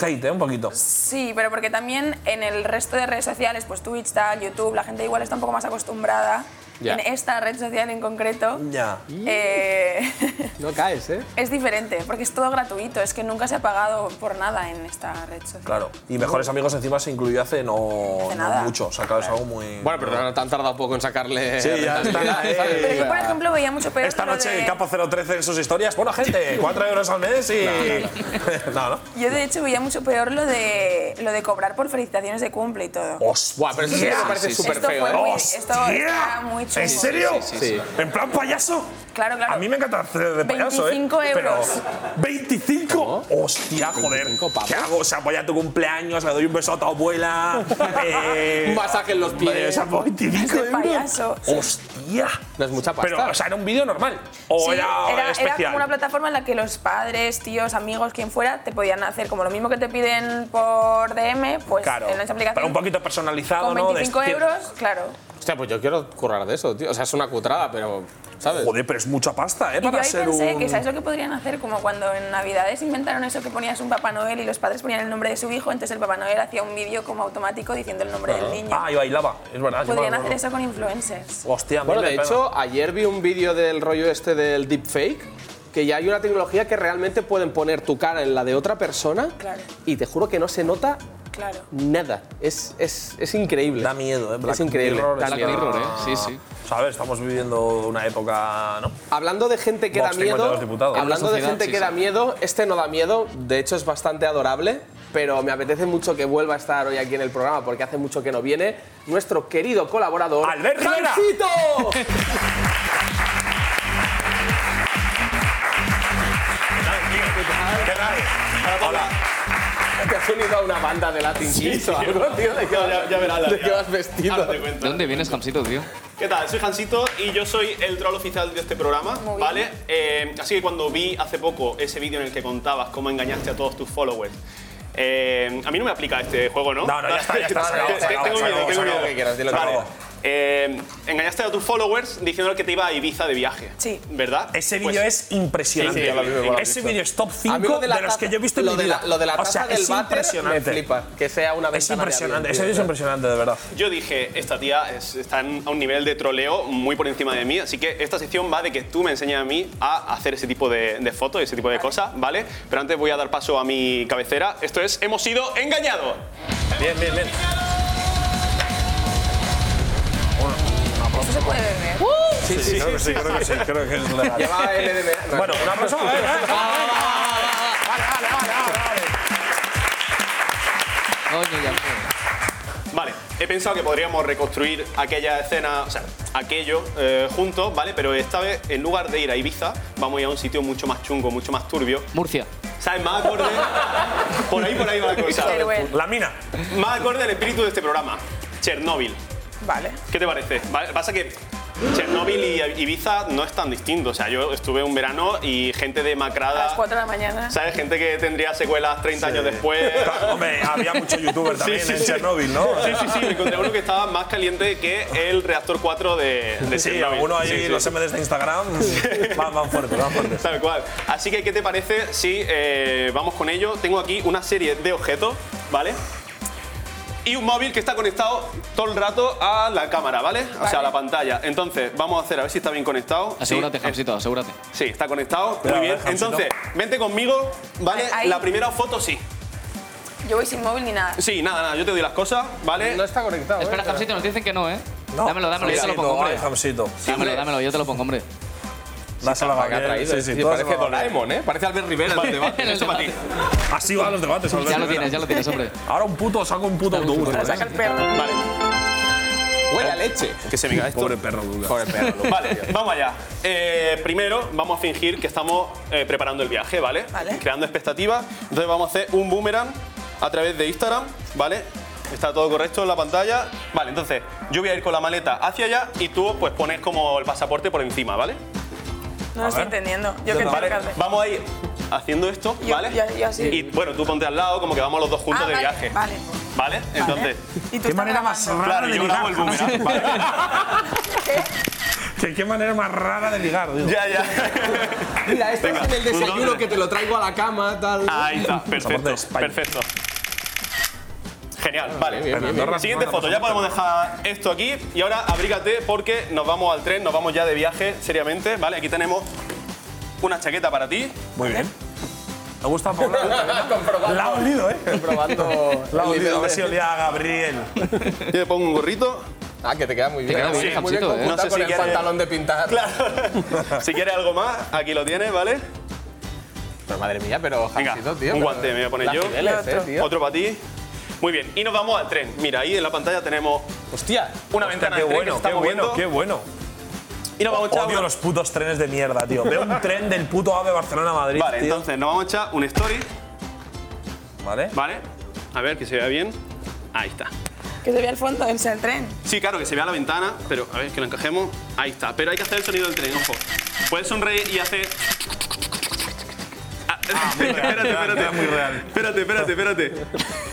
[SPEAKER 2] hate, ¿eh? Un poquito.
[SPEAKER 10] Sí, pero porque también en el resto de redes sociales, pues Twitch, tal, YouTube, la gente igual está un poco más acostumbrada.
[SPEAKER 7] Ya.
[SPEAKER 10] En esta red social en concreto,
[SPEAKER 2] Ya.
[SPEAKER 10] eh,
[SPEAKER 7] No caes, ¿eh?
[SPEAKER 10] es diferente, porque es todo gratuito, es que nunca se ha pagado por nada en esta red social.
[SPEAKER 2] Claro. Y mejores amigos encima se incluyó hace no,
[SPEAKER 10] Hace
[SPEAKER 2] no
[SPEAKER 10] nada.
[SPEAKER 2] mucho. O sea, claro, es algo muy.
[SPEAKER 7] Bueno, pero no, no te han tardado poco en sacarle.
[SPEAKER 2] Sí, ya está, eh.
[SPEAKER 10] Pero yo, por ejemplo, veía mucho peor
[SPEAKER 2] Esta
[SPEAKER 10] lo
[SPEAKER 2] noche
[SPEAKER 10] de-
[SPEAKER 2] el Campo 013 en sus historias. Bueno, gente, 4 euros al mes y. No, no.
[SPEAKER 10] Yo de hecho veía mucho peor lo de lo de cobrar por felicitaciones de cumple y todo.
[SPEAKER 2] ¡Hostia!
[SPEAKER 7] Buah, pero eso sí que me parece
[SPEAKER 3] sí, sí.
[SPEAKER 7] Oh, súper
[SPEAKER 10] Esto
[SPEAKER 7] feo,
[SPEAKER 10] fue
[SPEAKER 7] ¿eh?
[SPEAKER 10] muy-
[SPEAKER 2] ¡Hostia!
[SPEAKER 10] esto está muy chungo.
[SPEAKER 2] ¿En serio?
[SPEAKER 3] Sí, sí,
[SPEAKER 7] sí, sí.
[SPEAKER 2] ¿En plan payaso?
[SPEAKER 10] Claro, claro.
[SPEAKER 2] A mí me encanta hacer de payaso,
[SPEAKER 10] 25
[SPEAKER 2] ¿eh?
[SPEAKER 10] euros.
[SPEAKER 2] Pero ¿25? ¡Hostia, joder!
[SPEAKER 7] 25 pavos.
[SPEAKER 2] ¿Qué hago? O sea, voy a tu cumpleaños, le doy un beso a tu abuela. eh,
[SPEAKER 7] Un masaje en los
[SPEAKER 2] Vale, o
[SPEAKER 7] pies.
[SPEAKER 2] sea, 25
[SPEAKER 10] Es de
[SPEAKER 2] euros.
[SPEAKER 10] payaso.
[SPEAKER 2] ¡Hostia!
[SPEAKER 7] No es mucha pasta.
[SPEAKER 2] Pero, o sea, ¿era un vídeo normal? ¿O
[SPEAKER 10] Sí,
[SPEAKER 2] era, especial?
[SPEAKER 10] como una plataforma en la que los padres, tíos, amigos, quien fuera, te podían hacer como lo mismo que te piden por DM, pues
[SPEAKER 2] Claro.
[SPEAKER 10] en esa aplicación.
[SPEAKER 2] Pero un poquito personalizado,
[SPEAKER 10] con
[SPEAKER 2] ¿no? De
[SPEAKER 10] 25
[SPEAKER 2] estilo-
[SPEAKER 10] euros, claro.
[SPEAKER 7] Hostia, pues yo quiero currar de eso, tío. O sea, es una cutrada, pero. ¿Sabes?
[SPEAKER 2] Joder, pero es mucha pasta, ¿eh?
[SPEAKER 10] Y yo
[SPEAKER 2] Para
[SPEAKER 10] ahí
[SPEAKER 2] ser
[SPEAKER 10] pensé
[SPEAKER 2] un.
[SPEAKER 10] que sabes lo que podrían hacer, como cuando en Navidades inventaron eso que ponías un Papá Noel y los padres ponían el nombre de su hijo, entonces el Papá Noel hacía un vídeo como automático diciendo el nombre del niño.
[SPEAKER 2] Ah, y bailaba, es verdad. yo me
[SPEAKER 10] podrían
[SPEAKER 2] acuerdo.
[SPEAKER 10] hacer eso con influencers.
[SPEAKER 2] Hostia, a mí
[SPEAKER 7] Bueno,
[SPEAKER 2] me
[SPEAKER 7] de
[SPEAKER 2] pega.
[SPEAKER 7] hecho, ayer vi un vídeo del rollo este del deepfake, que ya hay una tecnología que realmente pueden poner tu cara en la de otra persona
[SPEAKER 10] Claro.
[SPEAKER 7] y te juro que no se nota
[SPEAKER 10] Claro.
[SPEAKER 7] nada. Es, es, es increíble.
[SPEAKER 2] Da miedo, ¿eh? Black
[SPEAKER 7] es increíble.
[SPEAKER 2] Mirror
[SPEAKER 7] Da
[SPEAKER 2] está-
[SPEAKER 7] miedo.
[SPEAKER 3] Mirror, ¿eh? Sí, sí.
[SPEAKER 2] ¿Sabes? Estamos viviendo una época, ¿no?
[SPEAKER 7] Hablando de gente que
[SPEAKER 2] Vox
[SPEAKER 7] da miedo,
[SPEAKER 2] 52 diputados.
[SPEAKER 3] En
[SPEAKER 7] hablando
[SPEAKER 3] una
[SPEAKER 7] de
[SPEAKER 3] sociedad,
[SPEAKER 7] gente
[SPEAKER 3] sí,
[SPEAKER 7] que
[SPEAKER 3] sí.
[SPEAKER 7] da miedo, este no da miedo, de hecho es bastante adorable, pero me apetece mucho que vuelva a estar hoy aquí en el programa porque hace mucho que no viene nuestro querido colaborador
[SPEAKER 2] Albert Rivera.
[SPEAKER 7] Jansito.
[SPEAKER 2] ¿Qué tal? Hola.
[SPEAKER 7] Te has unido a una banda de Latin Kids o algo, tío. ¿De qué,
[SPEAKER 11] Ya- ya verás la-
[SPEAKER 7] de qué
[SPEAKER 11] ya.
[SPEAKER 7] vas vestido?
[SPEAKER 11] Ahora te cuento.
[SPEAKER 3] ¿Dónde vienes, Jamsito, tío?
[SPEAKER 11] ¿Qué tal? Soy Hansito y yo soy el troll oficial de este programa,
[SPEAKER 10] Muy bien.
[SPEAKER 11] ¿vale? Eh, así que cuando vi hace poco ese vídeo en el que contabas cómo engañaste a todos tus followers, eh, a mí no me aplica este juego, ¿no?
[SPEAKER 2] No, no, ya está, ya está, se acabó, se acabó,
[SPEAKER 11] Tengo
[SPEAKER 2] se
[SPEAKER 11] miedo,
[SPEAKER 2] acabó, se
[SPEAKER 11] tengo
[SPEAKER 2] acabó.
[SPEAKER 11] miedo.
[SPEAKER 2] Lo que quieras, di lo que
[SPEAKER 11] Vale.
[SPEAKER 2] quieras.
[SPEAKER 11] Eh, engañaste a tus followers diciéndole que te iba a Ibiza de viaje.
[SPEAKER 10] Sí.
[SPEAKER 11] ¿Verdad?
[SPEAKER 2] Ese
[SPEAKER 11] Pues-
[SPEAKER 2] vídeo es impresionante.
[SPEAKER 11] Sí, sí, a mí me mola
[SPEAKER 2] ese
[SPEAKER 11] mucho.
[SPEAKER 2] vídeo es top
[SPEAKER 7] A mí
[SPEAKER 2] 5 de,
[SPEAKER 7] la
[SPEAKER 2] los
[SPEAKER 7] taza-
[SPEAKER 2] que yo he visto en
[SPEAKER 7] lo
[SPEAKER 2] mi
[SPEAKER 7] de
[SPEAKER 2] vida.
[SPEAKER 7] la- lo de la
[SPEAKER 2] o sea,
[SPEAKER 7] taza del
[SPEAKER 2] es
[SPEAKER 7] váter
[SPEAKER 2] impresionante.
[SPEAKER 7] Me flipa. Que sea una
[SPEAKER 2] Es
[SPEAKER 7] ventana de
[SPEAKER 2] impresionante.
[SPEAKER 7] avión,
[SPEAKER 2] Ese
[SPEAKER 7] tío.
[SPEAKER 2] vídeo es impresionante, de verdad.
[SPEAKER 11] Yo dije, esta tía es- está en- a un nivel de troleo muy por encima de mí, así que esta sección va de que tú me enseñes a mí a hacer ese tipo de, de fotos, ese tipo de cosas, ¿vale? Pero antes voy a dar paso a mi cabecera. Esto es, hemos sido engañados.
[SPEAKER 2] Bien, bien, bien.
[SPEAKER 10] Esto se puede beber.
[SPEAKER 2] Sí, sí, creo que sí, creo que sí. Creo que es legal.
[SPEAKER 7] Lleva LDMA. No,
[SPEAKER 2] Bueno, un aplauso. Vale, vale, vale, vale, vale, vale.
[SPEAKER 6] Coño, ya sé.
[SPEAKER 11] Vale, he pensado que podríamos reconstruir aquella escena, o sea, aquello eh, juntos, ¿vale? Pero esta vez, en lugar de ir a Ibiza, vamos a ir a un sitio mucho más chungo, mucho más turbio.
[SPEAKER 3] Murcia.
[SPEAKER 11] ¿Sabes? Más acorde. Por ahí, por ahí va la cosa.
[SPEAKER 10] Teruel.
[SPEAKER 2] La mina.
[SPEAKER 11] Más acorde al espíritu de este programa. Chernóbil.
[SPEAKER 10] Vale.
[SPEAKER 11] ¿Qué te parece? Va- Pasa que Chernóbil y Ibiza no es tan distinto. O sea, yo estuve un verano y gente
[SPEAKER 10] A las
[SPEAKER 11] demacrada.
[SPEAKER 10] 4 de la mañana.
[SPEAKER 11] ¿Sabes? Gente que tendría secuelas 30 años después.
[SPEAKER 2] Hombre, había mucho youtuber también en Chernóbil, ¿no?
[SPEAKER 11] Sí, sí, sí. Me encontré uno que estaba más caliente que el reactor 4 de, de
[SPEAKER 2] Sí,
[SPEAKER 11] Chernóbil.
[SPEAKER 2] algunos ahí,
[SPEAKER 11] Sí, sí.
[SPEAKER 2] los MDs de Instagram, van, van fuerte, van fuerte.
[SPEAKER 11] Tal cual. Así que, ¿qué te parece si eh, vamos con ello? Tengo aquí una serie de objetos, ¿vale? Y un móvil que está conectado todo el rato a la cámara, ¿vale? O sea, a la pantalla. Entonces, vamos a hacer, a ver si está bien conectado.
[SPEAKER 3] Asegúrate,
[SPEAKER 11] sí,
[SPEAKER 3] Jamsito, asegúrate.
[SPEAKER 11] eh, sí, está conectado.
[SPEAKER 2] Pero,
[SPEAKER 11] Muy bien.
[SPEAKER 2] a ver, Hamsito.
[SPEAKER 11] Entonces, vente conmigo, ¿vale?
[SPEAKER 10] Ahí.
[SPEAKER 11] La primera foto sí.
[SPEAKER 10] Yo voy sin móvil ni nada.
[SPEAKER 11] Sí, nada, nada, yo te doy las cosas, ¿vale?
[SPEAKER 7] No está conectado.
[SPEAKER 3] Espera,
[SPEAKER 7] eh,
[SPEAKER 3] Jamsito, nos dicen que no, ¿eh?
[SPEAKER 2] No,
[SPEAKER 3] dámelo, dámelo, yo te lo pongo,
[SPEAKER 2] Jamsito, ay,
[SPEAKER 3] hombre.
[SPEAKER 10] eh.
[SPEAKER 2] Jamsito.
[SPEAKER 3] Dámelo, dámelo, yo te lo pongo, hombre.
[SPEAKER 2] Dáselo a
[SPEAKER 7] que ha
[SPEAKER 2] Gabriel.
[SPEAKER 7] traído.
[SPEAKER 2] Sí, sí,
[SPEAKER 7] Sí,
[SPEAKER 2] todo
[SPEAKER 7] parece
[SPEAKER 2] se lo va a-
[SPEAKER 7] Doraemon, ¿eh? Parece Albert Rivera el debate.
[SPEAKER 11] Eso para ti.
[SPEAKER 2] Así van los debates, Albert
[SPEAKER 3] Ya lo
[SPEAKER 2] Rivera.
[SPEAKER 3] tienes, ya lo tienes, hombre.
[SPEAKER 2] Ahora un puto, saco un puto ¿eh? autobús.
[SPEAKER 10] Saca el perro.
[SPEAKER 11] Vale,
[SPEAKER 7] Huele a leche.
[SPEAKER 11] que se me cae esto.
[SPEAKER 2] Pobre perro, Lucas.
[SPEAKER 7] Joder, perro.
[SPEAKER 11] Vale, vamos allá. Eh, primero vamos a fingir que estamos eh, preparando el viaje, ¿vale?
[SPEAKER 10] Vale.
[SPEAKER 11] Creando expectativas. Entonces vamos a hacer un boomerang a través de Instagram, ¿vale? Está todo correcto en la pantalla. Vale, entonces yo voy a ir con la maleta hacia allá y tú pues pones como el pasaporte por encima, ¿vale?
[SPEAKER 10] No lo estoy entendiendo. Yo que tengo
[SPEAKER 11] Vale,
[SPEAKER 10] que hacer.
[SPEAKER 11] vamos a ir haciendo esto,
[SPEAKER 10] Yo-
[SPEAKER 11] ¿vale?
[SPEAKER 10] yo- yo así.
[SPEAKER 11] Y bueno, tú ponte al lado como que vamos los dos juntos
[SPEAKER 10] Ah,
[SPEAKER 11] de
[SPEAKER 10] vale,
[SPEAKER 11] viaje.
[SPEAKER 10] Vale.
[SPEAKER 11] ¿Vale? Entonces,
[SPEAKER 10] Y tú
[SPEAKER 2] Qué
[SPEAKER 10] estás
[SPEAKER 2] manera más
[SPEAKER 10] grabando.
[SPEAKER 2] rara
[SPEAKER 11] claro,
[SPEAKER 2] de
[SPEAKER 11] yo grabo
[SPEAKER 2] ligar.
[SPEAKER 11] el boomerang. ¿vale?
[SPEAKER 2] Que qué manera más rara de ligar, digo.
[SPEAKER 11] Ya, ya.
[SPEAKER 7] Mira, este
[SPEAKER 11] Venga,
[SPEAKER 7] es en el
[SPEAKER 11] un Ah,
[SPEAKER 7] desayuno
[SPEAKER 11] doble.
[SPEAKER 7] que te lo traigo a la cama, tal.
[SPEAKER 11] Ahí está,
[SPEAKER 2] Pasaporte de
[SPEAKER 11] perfecto,
[SPEAKER 2] España.
[SPEAKER 11] perfecto. Genial, vale.
[SPEAKER 7] bien, bien,
[SPEAKER 2] bien.
[SPEAKER 11] Siguiente foto, ya podemos dejar esto aquí y ahora abrígate porque nos vamos al tren, nos vamos ya de viaje seriamente, ¿vale? Aquí tenemos una chaqueta para ti.
[SPEAKER 2] Muy bien. Me gusta Paula.
[SPEAKER 7] Comprobando.
[SPEAKER 2] La ha olido, ¿eh?
[SPEAKER 7] Comprobando.
[SPEAKER 2] La ha
[SPEAKER 7] el nivel
[SPEAKER 2] olido. A ver
[SPEAKER 7] de-
[SPEAKER 2] si olía a Gabriel.
[SPEAKER 11] Yo te pongo un gorrito.
[SPEAKER 7] Ah, que te queda muy bien.
[SPEAKER 3] queda muy
[SPEAKER 7] Sí,
[SPEAKER 3] bien,
[SPEAKER 7] muy bien
[SPEAKER 3] Japsito, eh.
[SPEAKER 7] conjunta
[SPEAKER 11] No sé
[SPEAKER 7] con
[SPEAKER 11] si
[SPEAKER 7] el
[SPEAKER 11] quiere-
[SPEAKER 7] pantalón de pintar.
[SPEAKER 11] Claro. si quieres algo más, aquí lo tienes, ¿vale?
[SPEAKER 7] Pero madre mía, pero
[SPEAKER 11] Venga,
[SPEAKER 7] Japsito, tío.
[SPEAKER 11] un
[SPEAKER 7] pero-
[SPEAKER 11] guante me voy a poner
[SPEAKER 7] las
[SPEAKER 11] yo.
[SPEAKER 7] niveles, eh, tío.
[SPEAKER 11] Otro para ti. Muy bien, y nos vamos al tren. Mira, ahí en la pantalla tenemos
[SPEAKER 7] Hostia.
[SPEAKER 11] una ventana
[SPEAKER 2] Qué
[SPEAKER 11] de tren que se
[SPEAKER 2] bueno,
[SPEAKER 11] está
[SPEAKER 2] qué bueno,
[SPEAKER 11] moviendo.
[SPEAKER 2] qué bueno.
[SPEAKER 11] Y nos vamos a echar
[SPEAKER 2] Odio
[SPEAKER 11] una-
[SPEAKER 2] los putos trenes de mierda, tío. Veo un tren del puto AVE Barcelona-Madrid,
[SPEAKER 11] Vale,
[SPEAKER 2] tío.
[SPEAKER 11] entonces nos vamos a echar un story.
[SPEAKER 2] ¿Vale?
[SPEAKER 11] Vale, a ver que se vea bien. Ahí está.
[SPEAKER 10] Que se vea el fondo, o sea, el tren.
[SPEAKER 11] Sí, claro, que se vea la ventana, pero a ver que lo encajemos. Ahí está. Pero hay que hacer el sonido del tren, ojo. Puedes sonreír y hacer. Ah, espérate, espérate.
[SPEAKER 2] era muy real.
[SPEAKER 11] Espérate, espérate, espérate.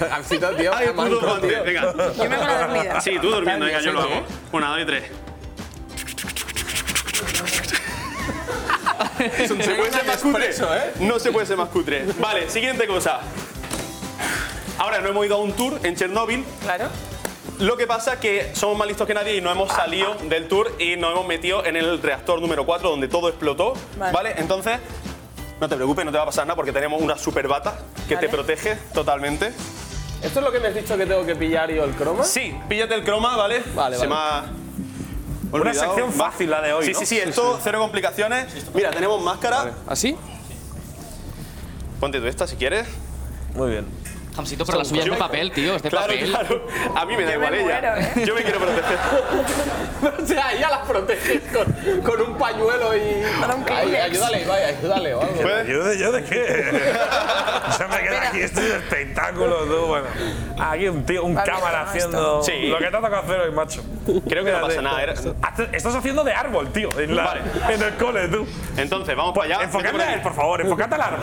[SPEAKER 7] Japsito, tío.
[SPEAKER 11] Ay,
[SPEAKER 7] qué
[SPEAKER 11] puto
[SPEAKER 7] manco,
[SPEAKER 11] guante,
[SPEAKER 7] tío.
[SPEAKER 11] Venga.
[SPEAKER 10] Yo me hago la dormida.
[SPEAKER 11] Sí, tú durmiendo, venga, yo lo
[SPEAKER 7] sí,
[SPEAKER 11] hago. Una, dos y tres. Se puede ser más cutre.
[SPEAKER 7] Expreso, ¿eh?
[SPEAKER 11] No se puede ser más cutre. Vale, siguiente cosa. Ahora no hemos ido a un tour en Chernóbil,
[SPEAKER 10] Claro.
[SPEAKER 11] lo que pasa es que somos más listos que nadie y no hemos salido del tour y nos hemos metido en el reactor número 4 donde todo explotó. Vale.
[SPEAKER 10] Vale.
[SPEAKER 11] Entonces, no te preocupes, no te va a pasar nada porque tenemos una super bata que
[SPEAKER 10] Vale.
[SPEAKER 11] te protege totalmente.
[SPEAKER 7] ¿Esto es lo que me has dicho que tengo que pillar yo el croma?
[SPEAKER 11] Sí, píllate el croma, ¿vale? Ah,
[SPEAKER 7] Vale,
[SPEAKER 11] Se
[SPEAKER 7] vale.
[SPEAKER 11] me ha
[SPEAKER 2] Una
[SPEAKER 11] olvidado.
[SPEAKER 2] sección
[SPEAKER 11] Va.
[SPEAKER 2] fácil la de hoy,
[SPEAKER 11] Sí,
[SPEAKER 2] ¿no?
[SPEAKER 11] sí, sí, esto, cero complicaciones. Mira, tenemos máscara.
[SPEAKER 7] ¿Así?
[SPEAKER 11] Ponte tú esta si quieres.
[SPEAKER 2] Muy bien.
[SPEAKER 3] Jamsito, pero la suya es de papel, tío, es de
[SPEAKER 11] claro,
[SPEAKER 3] papel.
[SPEAKER 11] claro. A mí me da
[SPEAKER 10] Yo me
[SPEAKER 11] igual ella.
[SPEAKER 10] muero, ¿eh?
[SPEAKER 11] Yo me quiero proteger.
[SPEAKER 7] o sea, ella las protege con, con un pañuelo y.
[SPEAKER 10] Con un
[SPEAKER 7] Ay,
[SPEAKER 10] Kleenex.
[SPEAKER 7] ayúdale, Ibai, ayúdale o algo.
[SPEAKER 11] ¿Puedes?
[SPEAKER 2] ¿Yo de, yo de qué? ya me queda
[SPEAKER 10] Espera.
[SPEAKER 2] aquí este espectáculo, tú. Bueno, aquí un tío, un
[SPEAKER 10] Va bien,
[SPEAKER 2] cámara
[SPEAKER 10] ¿no?
[SPEAKER 2] haciendo
[SPEAKER 11] Esto. Sí.
[SPEAKER 2] lo que te ha tocado hacer hoy, macho.
[SPEAKER 11] Creo que no pasa nada. era-
[SPEAKER 2] Hace- Estás haciendo de árbol, tío, en, la-
[SPEAKER 11] Vale.
[SPEAKER 2] en el cole, tú.
[SPEAKER 11] Entonces, vamos para allá. Vete
[SPEAKER 2] enfocadme
[SPEAKER 11] por
[SPEAKER 2] a él,
[SPEAKER 11] aquí.
[SPEAKER 2] por favor, enfocate al árbol.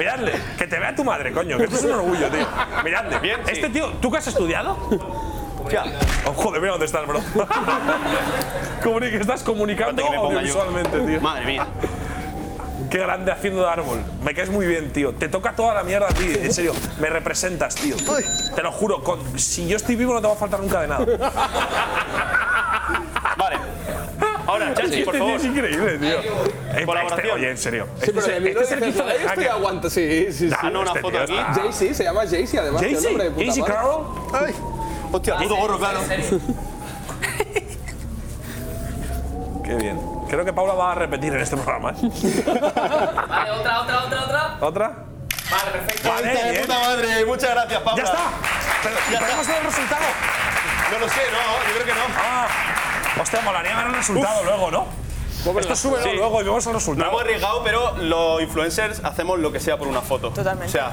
[SPEAKER 2] Miradle, que te vea tu madre, coño, que esto es un orgullo, tío. Miradle.
[SPEAKER 11] Bien, sí.
[SPEAKER 2] este tío, ¿tú qué has estudiado?
[SPEAKER 11] Ya.
[SPEAKER 2] Oh, joder, mira dónde estás, bro. Comunica, estás comunicando
[SPEAKER 11] Espérate que me ponga yo.
[SPEAKER 2] audiovisualmente, tío.
[SPEAKER 11] Madre mía.
[SPEAKER 2] Qué grande haciendo de árbol. Me caes muy bien, tío. Te toca toda la mierda a ti, en serio. Me representas, tío. Te lo juro, con- si yo estoy vivo no te va a faltar nunca de nada.
[SPEAKER 11] Vale. Ahora, Chanchi, por
[SPEAKER 2] Este tío
[SPEAKER 11] favor.
[SPEAKER 2] es increíble, tío. Eh, este,
[SPEAKER 11] Colaboración.
[SPEAKER 2] oye, en serio.
[SPEAKER 7] Sí, pero
[SPEAKER 2] Este-
[SPEAKER 7] de mí
[SPEAKER 2] este
[SPEAKER 7] no
[SPEAKER 2] es el que
[SPEAKER 7] dices
[SPEAKER 2] hizo
[SPEAKER 7] nada.
[SPEAKER 2] de
[SPEAKER 7] Yo estoy
[SPEAKER 2] hacker.
[SPEAKER 7] aguanta, sí, sí, sí.
[SPEAKER 11] Ah, no, una foto aquí.
[SPEAKER 7] Jay-Z, se llama Jay-Z, además. qué nombre de
[SPEAKER 2] Jay-Z,
[SPEAKER 7] puta
[SPEAKER 2] Easy
[SPEAKER 7] madre.
[SPEAKER 2] Carroll.
[SPEAKER 11] Ay. Hostia, puto gorro, claro.
[SPEAKER 2] Qué bien. Creo que Paula va a repetir en este programa. ¿eh?
[SPEAKER 8] Vale, otra, otra, otra, otra.
[SPEAKER 2] ¿Otra?
[SPEAKER 8] Vale, perfecto.
[SPEAKER 2] Vale,
[SPEAKER 11] Hostia, de
[SPEAKER 2] bien.
[SPEAKER 11] puta madre. Muchas gracias, Pablo.
[SPEAKER 2] ¡Ya está! Pero,
[SPEAKER 11] Ya
[SPEAKER 2] ¿Tenemos el resultado?
[SPEAKER 11] No lo sé, no, yo creo que no.
[SPEAKER 2] Ah, hostia, molaría ver el resultado luego, ¿no? Esto súbelo luego y vemos el
[SPEAKER 11] No
[SPEAKER 2] resultado.
[SPEAKER 11] hemos arriesgado, pero los influencers hacemos lo que sea por una foto. Totalmente. O sea,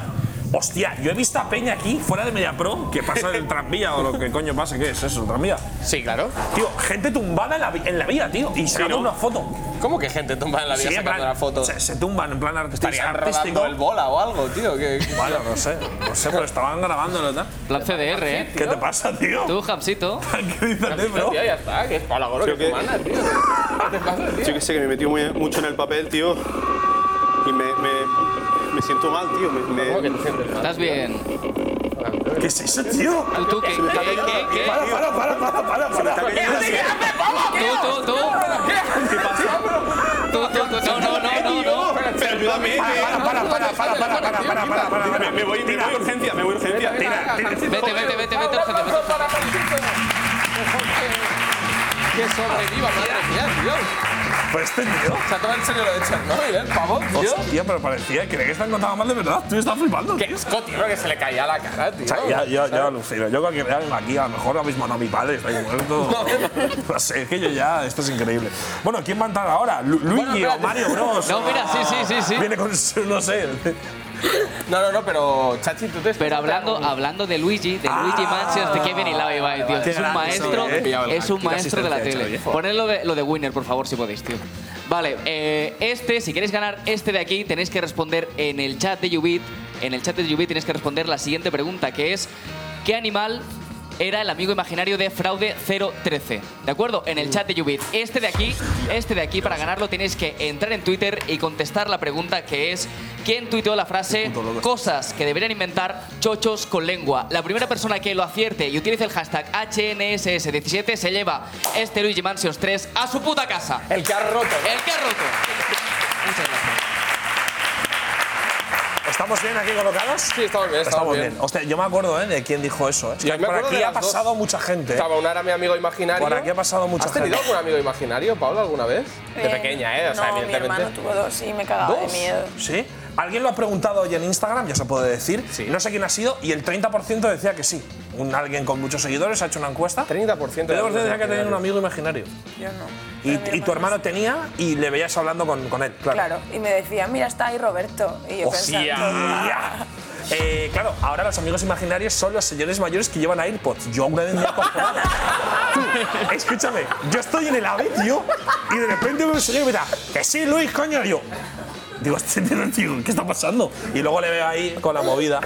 [SPEAKER 2] Hostia, yo he visto a Peña aquí, fuera de Media Pro, que pasa del tranvía o lo que coño pase, ¿qué es eso? ¿Tranvía?
[SPEAKER 7] Sí, claro.
[SPEAKER 2] Tío, gente tumbada en la, vi- en la vía, tío, y sacando
[SPEAKER 7] ¿no?
[SPEAKER 2] una foto.
[SPEAKER 7] ¿Cómo que gente tumba en la vida
[SPEAKER 2] Sí, en
[SPEAKER 7] sacando
[SPEAKER 2] plan,
[SPEAKER 7] una foto?
[SPEAKER 2] Se, se tumban en plan artístico.
[SPEAKER 7] Estarían rodando el bola o algo, tío. Que,
[SPEAKER 2] Vale, no sé, no sé, pero estaban grabándolo, ¿no?
[SPEAKER 1] Plan CDR, ¿eh?
[SPEAKER 2] ¿Qué te pasa, tío?
[SPEAKER 1] Tú, Japsito.
[SPEAKER 2] Tranquilízate, bro.
[SPEAKER 7] Tío,
[SPEAKER 11] ya
[SPEAKER 7] está, que es para la
[SPEAKER 11] Creo que-
[SPEAKER 7] tío.
[SPEAKER 11] yo que sé que me metí muy- mucho en el papel, tío. Y me, me- me siento mal, tío. Me, me-
[SPEAKER 1] ¿Estás bien?
[SPEAKER 2] ¿Qué es eso, tío?
[SPEAKER 1] ¿Tú, tú, qué,
[SPEAKER 11] Se me está
[SPEAKER 1] qué,
[SPEAKER 11] cayendo la
[SPEAKER 1] qué, qué?
[SPEAKER 11] piel, tío.
[SPEAKER 2] Para, para, para, para, para.
[SPEAKER 1] Tú, tú, tú. Tú, tú, tú. No, no, no, no, no.
[SPEAKER 11] Pero ayúdame.
[SPEAKER 2] Para, para, para, para, para, para, para, para, para, para.
[SPEAKER 11] Me, me voy, me voy a urgencia, me voy a urgencia.
[SPEAKER 2] Tira, tira.
[SPEAKER 1] Vete, vete, vete, vete, urgente, vete.
[SPEAKER 7] Que sobreviva, madre mía, tío.
[SPEAKER 2] Pero este tío.
[SPEAKER 7] Se ha tomado en serio lo de Chernobyl, ¿eh? el pavo, tío.
[SPEAKER 2] Hostia, pero parecía, creía que están contando mal de verdad. Tú estás flipando.
[SPEAKER 7] Qué asco, tío, que se le caía la cara, tío.
[SPEAKER 2] O sea, ya, ya, ya alucino. Yo creo que vean aquí, a lo mejor habéis matado a mi padre, está ahí muerto. No sé, es que yo ya, esto es increíble. Bueno, ¿quién va a entrar ahora? Lu- ¿Luigi o
[SPEAKER 7] espérate.
[SPEAKER 2] Mario Bros?
[SPEAKER 1] No, mira, sí, sí, sí, sí.
[SPEAKER 2] Viene con su, no sé.
[SPEAKER 7] No, no, no, pero Chachi, tú te estás-
[SPEAKER 1] Pero hablando, hablando de Luigi, de Luigi Mansions, de Kevin y Lava Ibai, tío.
[SPEAKER 2] Ah, Qué
[SPEAKER 1] Es un
[SPEAKER 2] grande,
[SPEAKER 1] maestro,
[SPEAKER 2] sí,
[SPEAKER 7] eh.
[SPEAKER 1] es un
[SPEAKER 2] Qué
[SPEAKER 1] maestro de la
[SPEAKER 2] asistencia ha
[SPEAKER 1] tele.
[SPEAKER 2] hecho, oye.
[SPEAKER 1] Poned lo de, lo de Winner, por favor, si podéis, tío. Vale, eh, este, si queréis ganar este de aquí, tenéis que responder en el chat de Yubit. En el chat de Yubit tenéis que responder la siguiente pregunta, que es ¿qué animal era el amigo imaginario de Fraude 013? ¿De acuerdo? En
[SPEAKER 2] Mm.
[SPEAKER 1] el chat de Yubit. Este de aquí, este de aquí, para ganarlo tenéis que entrar en Twitter y contestar la pregunta que es ¿Quién tuiteó la frase cosas que deberían inventar chochos con lengua? La primera persona que lo acierte y utilice el hashtag HNSS17 se lleva este Luigi Mansions 3 a su puta casa.
[SPEAKER 7] El que ha roto.
[SPEAKER 1] El que ha roto. Muchas gracias.
[SPEAKER 2] ¿Estamos bien aquí colocados?
[SPEAKER 7] Sí, estamos bien, estamos, bien.
[SPEAKER 2] Hostia, yo me acuerdo ¿eh? de quién dijo eso. ¿eh? Es
[SPEAKER 7] Yo
[SPEAKER 2] que
[SPEAKER 7] me
[SPEAKER 2] por
[SPEAKER 7] acuerdo
[SPEAKER 2] aquí
[SPEAKER 7] de
[SPEAKER 2] ha
[SPEAKER 7] las dos.
[SPEAKER 2] pasado mucha gente. ¿eh?
[SPEAKER 7] Estaba un era mi amigo imaginario.
[SPEAKER 2] Por aquí ha pasado mucha
[SPEAKER 7] ¿Has tenido
[SPEAKER 2] gente.
[SPEAKER 7] algún amigo imaginario, Paula, alguna vez? De
[SPEAKER 10] Eh,
[SPEAKER 7] pequeña, ¿eh? O sea,
[SPEAKER 10] no, mi
[SPEAKER 7] evidentemente.
[SPEAKER 10] hermano tuvo dos y me cagaba
[SPEAKER 7] ¿Dos?
[SPEAKER 10] de miedo.
[SPEAKER 2] ¿Sí? Alguien lo ha preguntado hoy en Instagram, ya se puede decir. No sé quién ha sido, y el 30% decía que sí. Un, alguien con muchos seguidores ha hecho una encuesta.
[SPEAKER 7] 30% de
[SPEAKER 2] El 30%
[SPEAKER 7] amigos
[SPEAKER 2] decía que tenía un amigo imaginario.
[SPEAKER 10] Yo no.
[SPEAKER 2] Y,
[SPEAKER 10] Pero mi
[SPEAKER 2] y tu hermano tenía y le veías hablando con, con él, claro.
[SPEAKER 10] Claro, y me decía, mira, está ahí Roberto. Y yo
[SPEAKER 2] Hostia.
[SPEAKER 10] pensando, "Ah,
[SPEAKER 2] Eh, claro, ahora los amigos imaginarios son los señores mayores que llevan AirPods. Yo una vez me he acojonado. Tú, Escúchame, yo estoy en el AVE, tío, y de repente veo un señor y me da, que sí, Luis, coño, Y yo. Digo, este tío, tío, ¿qué está pasando? Y luego le veo ahí con la movida.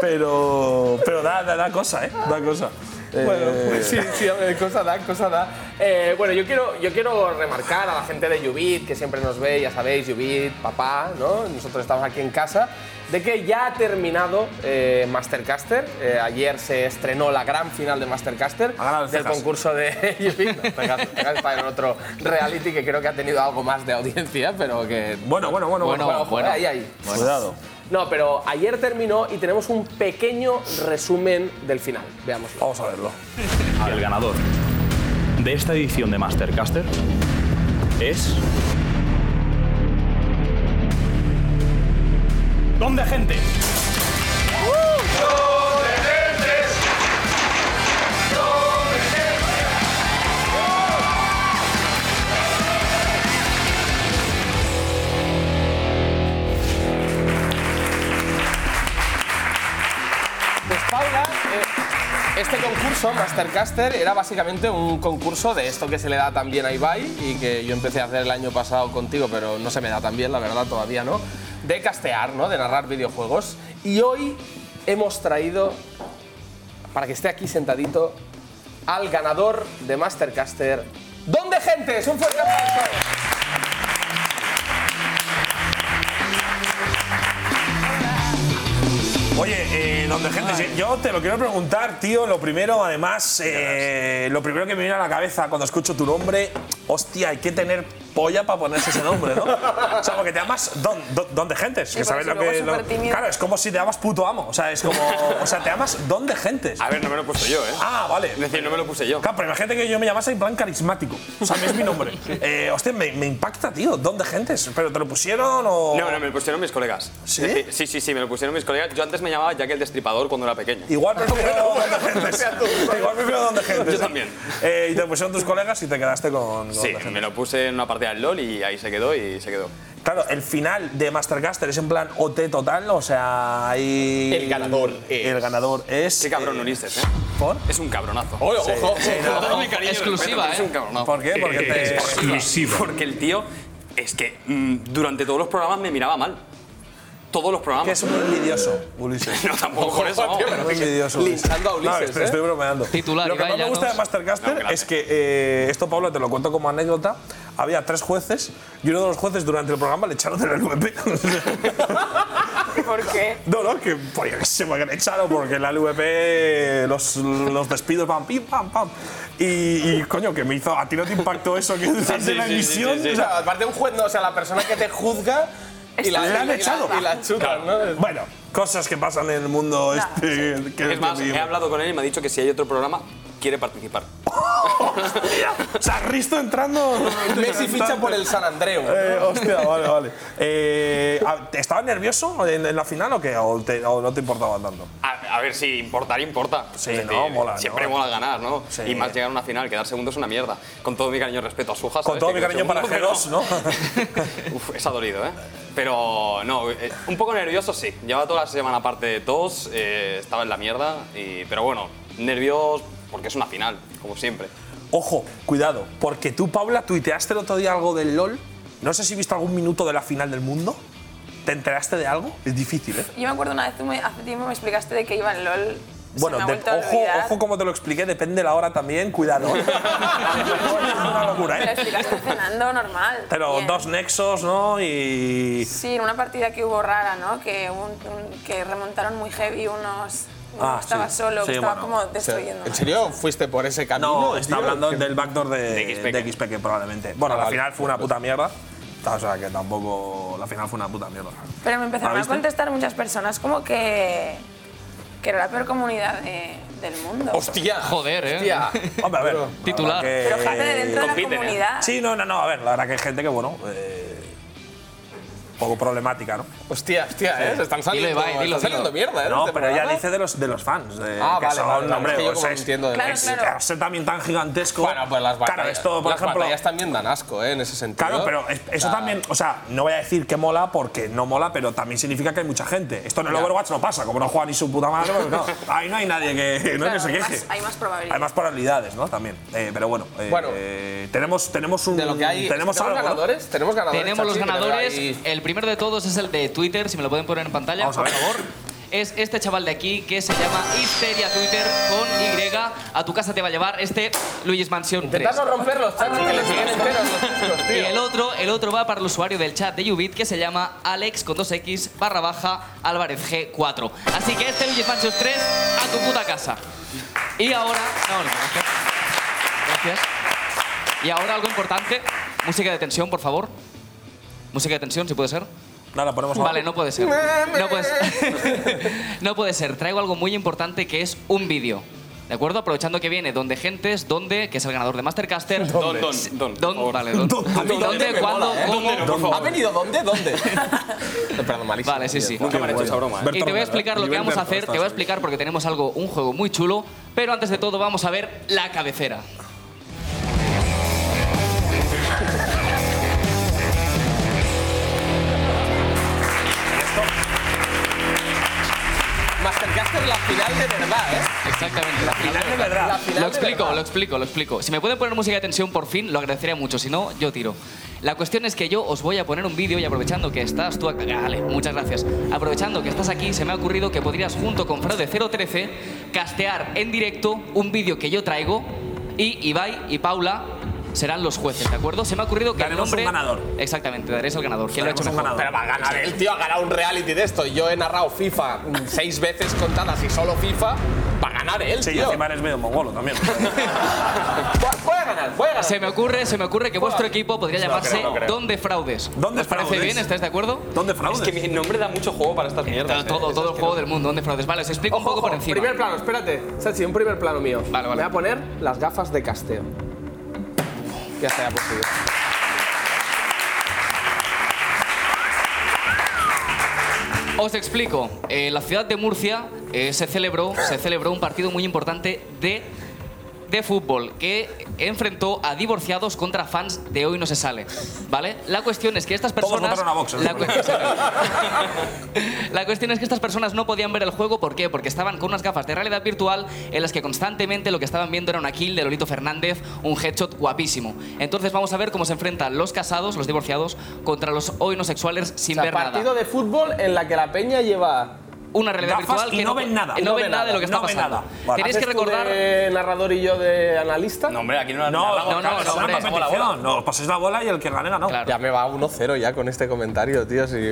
[SPEAKER 2] Pero, pero da, da, da cosa, ¿eh? Da cosa.
[SPEAKER 7] Bueno,
[SPEAKER 2] Eh,
[SPEAKER 7] pues sí, sí, a ver, cosa da, cosa da. Eh, bueno, yo quiero, yo quiero remarcar a la gente de Yubit, que siempre nos ve, ya sabéis, Yubit, papá, ¿no? Nosotros estamos aquí en casa, de que ya ha terminado eh, Mastercaster. Eh, ayer se estrenó la gran final de Mastercaster
[SPEAKER 2] Ha ganado el
[SPEAKER 7] del
[SPEAKER 2] Cejas.
[SPEAKER 7] concurso de Yubit. No, Cejas- Cejas está en otro reality que creo que ha tenido algo más de audiencia, pero que...
[SPEAKER 2] Bueno, bueno, bueno, bueno.
[SPEAKER 7] Bueno,
[SPEAKER 1] bueno.
[SPEAKER 7] ahí, ahí.
[SPEAKER 2] Cuidado.
[SPEAKER 7] No, pero ayer terminó y tenemos un pequeño resumen del final. Veámoslo.
[SPEAKER 2] Vamos a verlo.
[SPEAKER 12] El ganador de esta edición de Mastercaster es. ¡Don de gente!
[SPEAKER 7] Pues Paula, eh, este concurso, Mastercaster, era básicamente un concurso de esto que se le da tan bien a Ibai y que yo empecé a hacer el año pasado contigo, pero no se me da tan bien, la verdad, todavía no, de castear, ¿no? De narrar videojuegos. Y hoy hemos traído, para que esté aquí sentadito, al ganador de Mastercaster, Don de Gentes. Un fuerte aplauso.
[SPEAKER 2] Oye, eh, donde gente, yo te lo quiero preguntar, tío. Lo primero, además, eh, lo primero que me viene a la cabeza cuando escucho tu nombre, hostia, hay que tener polla para ponerse ese nombre, ¿no? o sea, porque te llamas don, don, don de gentes, que
[SPEAKER 10] porque
[SPEAKER 2] sabes
[SPEAKER 10] si
[SPEAKER 2] lo
[SPEAKER 10] luego
[SPEAKER 2] que.
[SPEAKER 10] es
[SPEAKER 2] lo-
[SPEAKER 10] supertímido.
[SPEAKER 2] claro, es como si te llamas puto amo, o sea, es como, o sea, te llamas don de gentes.
[SPEAKER 11] A ver, no me lo he puesto yo, ¿eh?
[SPEAKER 2] Ah, vale.
[SPEAKER 11] Es decir, no me lo puse yo.
[SPEAKER 2] Claro, pero imagínate que yo me llamase en plan carismático. O sea, es mi nombre. Eh, hostia, me, me impacta, tío. ¿Dónde gentes? ¿Pero te lo pusieron o.?
[SPEAKER 12] No, no, me lo pusieron mis colegas.
[SPEAKER 2] ¿Sí?
[SPEAKER 12] Es decir, Sí, sí, sí, me lo pusieron mis colegas. Yo antes me llamaba Jack el Destripador cuando era pequeño.
[SPEAKER 2] Igual prefiero donde gentes. Igual prefiero donde gentes.
[SPEAKER 12] Yo también.
[SPEAKER 2] Eh, y te pusieron pues, tus colegas y te quedaste con. con donde
[SPEAKER 12] Sí,
[SPEAKER 2] gentes.
[SPEAKER 12] me lo puse en una partida
[SPEAKER 8] entré al LOL y ahí se quedó y se quedó.
[SPEAKER 2] Claro, el final de Mastercaster es en plan OT total, o sea, ahí.
[SPEAKER 8] El ganador es-
[SPEAKER 2] El ganador es. Qué
[SPEAKER 8] cabrón Ulises, ¿eh?
[SPEAKER 2] ¿Por?
[SPEAKER 8] Es un cabronazo.
[SPEAKER 2] Oye,
[SPEAKER 8] Sí.
[SPEAKER 2] ojo,
[SPEAKER 8] Sí,
[SPEAKER 2] ojo,
[SPEAKER 8] no,
[SPEAKER 2] ojo.
[SPEAKER 8] mi cariño, respeto,
[SPEAKER 12] Exclusiva,
[SPEAKER 8] pero
[SPEAKER 12] ¿eh?
[SPEAKER 8] es un cabronazo.
[SPEAKER 2] ¿Por qué? Porque te- Exclusiva.
[SPEAKER 12] Porque el tío es que mm, durante todos los programas me miraba mal. Todos los programas.
[SPEAKER 2] Que es un envidioso, Ulises.
[SPEAKER 12] No, tampoco por eso. vamos.
[SPEAKER 2] Muy envidioso.
[SPEAKER 12] Linchando a Ulises,
[SPEAKER 2] No, estoy,
[SPEAKER 12] ¿eh?
[SPEAKER 2] estoy bromeando.
[SPEAKER 12] Titular,
[SPEAKER 2] lo que
[SPEAKER 12] Ibai
[SPEAKER 2] más me gusta
[SPEAKER 12] Llanos.
[SPEAKER 2] de Mastercaster es que, eh, esto Pablo te lo cuento como anécdota, había tres jueces y uno de los jueces durante el programa le echaron del LVP.
[SPEAKER 10] ¿Por qué?
[SPEAKER 2] No, no, que por yo qué sé, porque le echaron, porque la LVP, los, los despidos, pam, pim, pam, pam. Y, y, coño, que me hizo, a ti no te impactó eso que durante
[SPEAKER 7] sí,
[SPEAKER 2] la
[SPEAKER 7] sí,
[SPEAKER 2] emisión.
[SPEAKER 7] sí, sí, sí.
[SPEAKER 2] o sea,
[SPEAKER 7] O sea, aparte un juez, no, o sea, la persona que te juzga y la,
[SPEAKER 2] Le
[SPEAKER 7] y
[SPEAKER 2] han
[SPEAKER 7] la-
[SPEAKER 2] echado. Ah.
[SPEAKER 7] Y la chutan, ¿no?
[SPEAKER 2] Bueno, cosas que pasan en el mundo este. que- que
[SPEAKER 12] Es más, he
[SPEAKER 2] vivimos.
[SPEAKER 12] hablado con él y me ha dicho que si hay otro programa, quiere participar.
[SPEAKER 2] O sea, Risto entrando.
[SPEAKER 7] Messi ficha por el San Andreu.
[SPEAKER 2] Eh, hostia, vale, vale. Eh, a- ¿Estabas nervioso en, en la final o qué? ¿O, te- o no te importaba tanto?
[SPEAKER 12] A, a ver si importar, importa.
[SPEAKER 2] Sí,
[SPEAKER 12] Es
[SPEAKER 2] no, mola, ¿no?
[SPEAKER 12] Siempre mola ganar, ¿no? Y más llegar a una final, quedar segundo es una mierda. Con todo mi cariño y respeto a Suja.
[SPEAKER 2] Con todo mi cariño para G2, ¿no?
[SPEAKER 12] Uf, eso ha dolido, ¿eh? Pero no, eh, un poco nervioso sí. Llevaba toda la semana aparte de tos, eh, estaba en la mierda, y, pero bueno, nervios porque es una final, como siempre.
[SPEAKER 2] Ojo, cuidado, porque tú, Paula, tuiteaste el otro día algo del LOL. No sé si viste algún minuto de la final del mundo. ¿Te enteraste de algo? Es difícil, ¿eh?
[SPEAKER 10] Yo me acuerdo una vez, tú me- hace tiempo me explicaste de que iba en LOL. Se
[SPEAKER 2] Bueno,
[SPEAKER 10] me ha
[SPEAKER 2] de-
[SPEAKER 10] vuelto a
[SPEAKER 2] ojo,
[SPEAKER 10] olvidar.
[SPEAKER 2] ojo como te lo expliqué, depende de la hora también, cuidado. ¿eh? es una locura,
[SPEAKER 10] Me lo
[SPEAKER 2] ¿eh?
[SPEAKER 10] explicaste cenando normal.
[SPEAKER 2] Pero
[SPEAKER 10] bien.
[SPEAKER 2] dos nexos, ¿no? Y.
[SPEAKER 10] Sí, en una partida que hubo rara, ¿no? Que, un- un- que remontaron muy heavy unos. uno
[SPEAKER 7] Ah,
[SPEAKER 10] estaba
[SPEAKER 7] sí.
[SPEAKER 10] solo, que
[SPEAKER 7] Sí,
[SPEAKER 10] estaba
[SPEAKER 7] bueno,
[SPEAKER 10] como
[SPEAKER 7] O sea,
[SPEAKER 10] destruyendo.
[SPEAKER 7] ¿En serio fuiste por ese camino?
[SPEAKER 2] No, está
[SPEAKER 7] tío?
[SPEAKER 2] hablando
[SPEAKER 7] Que-
[SPEAKER 2] del backdoor de, de XPK, probablemente. Bueno,
[SPEAKER 7] Ah,
[SPEAKER 2] la
[SPEAKER 7] vale.
[SPEAKER 2] final fue una puta mierda. O sea, que tampoco. La final fue una puta mierda.
[SPEAKER 10] Pero me empezaron
[SPEAKER 2] ¿La
[SPEAKER 10] a
[SPEAKER 2] viste?
[SPEAKER 10] contestar muchas personas como que. que era la peor comunidad de- del mundo.
[SPEAKER 2] Joder,
[SPEAKER 10] eh.
[SPEAKER 2] Hostia. Hombre, a ver. la
[SPEAKER 10] Titular.
[SPEAKER 2] verdad que-
[SPEAKER 10] Pero gente de dentro de la Compiten, ¿eh? comunidad.
[SPEAKER 2] Sí, no, no, no. A ver, la verdad que hay gente que, bueno. eh, poco problemática, ¿no?
[SPEAKER 7] Hostia, hostia, ¿eh? Se están saliendo, están saliendo mierda, ¿eh?
[SPEAKER 2] No,
[SPEAKER 7] Este
[SPEAKER 2] pero ella
[SPEAKER 7] programa.
[SPEAKER 2] dice de los, de los fans. de-
[SPEAKER 7] Ah,
[SPEAKER 2] que
[SPEAKER 7] vale,
[SPEAKER 2] son,
[SPEAKER 7] vale, vale,
[SPEAKER 2] hombre,
[SPEAKER 7] es que yo
[SPEAKER 2] o
[SPEAKER 7] como
[SPEAKER 2] sea,
[SPEAKER 7] no
[SPEAKER 2] es-
[SPEAKER 7] entiendo de
[SPEAKER 2] claro,
[SPEAKER 7] eso.
[SPEAKER 2] claro. claro, ser también tan gigantesco.
[SPEAKER 7] Bueno, pues las batallas.
[SPEAKER 2] Claro, esto, por
[SPEAKER 7] las
[SPEAKER 2] ejemplo-
[SPEAKER 7] batallas también dan asco, ¿eh? En ese sentido.
[SPEAKER 2] Claro, pero es- eso
[SPEAKER 7] Ah.
[SPEAKER 2] también, o sea, no voy a decir que mola porque no mola, pero también significa que hay mucha gente. Esto en el
[SPEAKER 7] Ya.
[SPEAKER 2] Overwatch no pasa, como no juega ni su puta madre, pues no, ahí no hay nadie que, no
[SPEAKER 10] Claro,
[SPEAKER 2] que se
[SPEAKER 10] hay
[SPEAKER 2] queje.
[SPEAKER 10] más- hay más probabilidades.
[SPEAKER 2] Hay más probabilidades, ¿no? También. Eh, pero bueno, eh,
[SPEAKER 7] Bueno.
[SPEAKER 2] eh, tenemos, tenemos un.
[SPEAKER 7] De lo que hay.
[SPEAKER 2] tenemos algo, ¿no?
[SPEAKER 7] ganadores? ¿Tenemos ganadores?
[SPEAKER 1] Tenemos los
[SPEAKER 7] Chachi?
[SPEAKER 1] ganadores.
[SPEAKER 7] Pero hay-
[SPEAKER 1] El primero de todos es el de Twitter, si me lo pueden poner en pantalla,
[SPEAKER 2] Vamos a
[SPEAKER 1] por
[SPEAKER 2] ver.
[SPEAKER 1] favor. Es este chaval de aquí que se llama Histeria Twitter con Y. A tu casa te va a llevar este Luis Mansión 3.
[SPEAKER 7] Intentad no romper los chachos que le siguen enteros los discos,
[SPEAKER 1] Y
[SPEAKER 7] tío.
[SPEAKER 1] el otro, el otro va para el usuario del chat de Ubit que se llama Alex con 2x barra baja Álvarez G4. Así que este Luigi Mansions 3 a tu puta casa. Y ahora. No, no, gracias. Gracias. Y ahora algo importante. Música de tensión, por favor. Música de tensión, si puede ser.
[SPEAKER 2] No, la ponemos
[SPEAKER 1] Vale, no puede ser. No puede ser. no puede ser. Traigo algo muy importante que es un vídeo. ¿De acuerdo? Aprovechando que viene Donde Gentes, Donde, que es el ganador de Mastercaster.
[SPEAKER 8] Don, don,
[SPEAKER 1] Don, vale, don.
[SPEAKER 7] A mí
[SPEAKER 1] ¿Dónde,
[SPEAKER 7] dónde me
[SPEAKER 1] cuándo,
[SPEAKER 7] mola, ¿eh?
[SPEAKER 1] cómo?
[SPEAKER 7] ¿Dónde no, por favor? ¿Ha venido dónde? ¿Dónde? Perdón, malísimo.
[SPEAKER 1] Vale, sí, sí.
[SPEAKER 7] Nunca me han hecho esa broma, ¿eh?
[SPEAKER 1] Y te voy a explicar lo que vamos a hacer. Te voy a explicar porque tenemos algo, un juego muy chulo. Pero antes de todo vamos a ver la cabecera.
[SPEAKER 7] Mastercaster, la final de verdad, ¿eh?
[SPEAKER 1] Exactamente. La
[SPEAKER 7] final de verdad. La final
[SPEAKER 1] Lo
[SPEAKER 7] de
[SPEAKER 1] explico,
[SPEAKER 7] verdad.
[SPEAKER 1] lo explico, lo explico. Si me pueden poner música de tensión por fin, lo agradecería mucho. Si no, yo tiro. La cuestión es que yo os voy a poner un vídeo y aprovechando que estás tú acá. Vale, muchas gracias. Aprovechando que estás aquí, se me ha ocurrido que podrías, junto con Fraude 013, castear en directo un vídeo que yo traigo y Ibai y Paula. Serán los jueces, ¿de acuerdo? Se me ha ocurrido que
[SPEAKER 2] Daremos
[SPEAKER 1] el nombre.
[SPEAKER 2] un ganador.
[SPEAKER 1] Exactamente, daréis el ganador. ¿Quién lo ha hecho
[SPEAKER 7] Tenemos un
[SPEAKER 1] mejor?
[SPEAKER 7] ganador. Pero va a ganar el tío, ha ganado un reality de esto. Yo he narrado FIFA mm, seis veces contadas y solo FIFA. Va a ganar él,
[SPEAKER 2] Sí, y
[SPEAKER 7] tío.
[SPEAKER 2] encima eres medio mongolo también.
[SPEAKER 7] Voy a ganar, voy a ganar.
[SPEAKER 1] Se me ocurre, se me ocurre que vuestro equipo podría
[SPEAKER 2] No
[SPEAKER 1] llamarse
[SPEAKER 2] creo, no creo.
[SPEAKER 1] Donde Fraudes.
[SPEAKER 2] ¿Dónde
[SPEAKER 1] ¿Os parece
[SPEAKER 2] Fraudes?
[SPEAKER 1] bien? ¿Estáis de acuerdo?
[SPEAKER 2] ¿Dónde fraudes?
[SPEAKER 12] Es que mi nombre da mucho juego para estas mierdas.
[SPEAKER 7] ¿eh?
[SPEAKER 1] Todo, todo, todo el juego del mundo, ¿dónde fraudes? Vale, os explico un poco por encima.
[SPEAKER 7] Primer plano, espérate. Sachi, un primer plano mío. Vale, vale. Me voy a poner las gafas de casteo. Ya sea posible.
[SPEAKER 1] Os explico. Eh, la ciudad de Murcia eh, se, celebró, se celebró un partido muy importante de, de fútbol que
[SPEAKER 13] enfrentó a divorciados contra fans de Hoy No Se Sale, ¿vale? La cuestión es que estas personas...
[SPEAKER 2] votaron a Vox, ¿eh?
[SPEAKER 13] la, cu- la cuestión es que estas personas no podían ver el juego, ¿por qué? Porque estaban con unas gafas de realidad virtual en las que constantemente lo que estaban viendo era una kill de Lolito Fernández, un headshot guapísimo. Entonces vamos a ver cómo se enfrentan los casados, los divorciados, contra los hoy no sexuales sin
[SPEAKER 7] O sea,
[SPEAKER 13] ver nada.
[SPEAKER 7] partido de fútbol en la que la peña lleva
[SPEAKER 13] una realidad virtual que no- eh, no ven nada de lo que está pasando. Tenéis que
[SPEAKER 7] ¿Haces tú
[SPEAKER 13] recordar
[SPEAKER 7] de eh, narrador y yo de analista? No,
[SPEAKER 12] hombre, aquí
[SPEAKER 2] No, no, no, no, es una competición. No, paséis la bola y el que gane ganó.
[SPEAKER 7] Ya me va 1-0 ya con este comentario, tío. Si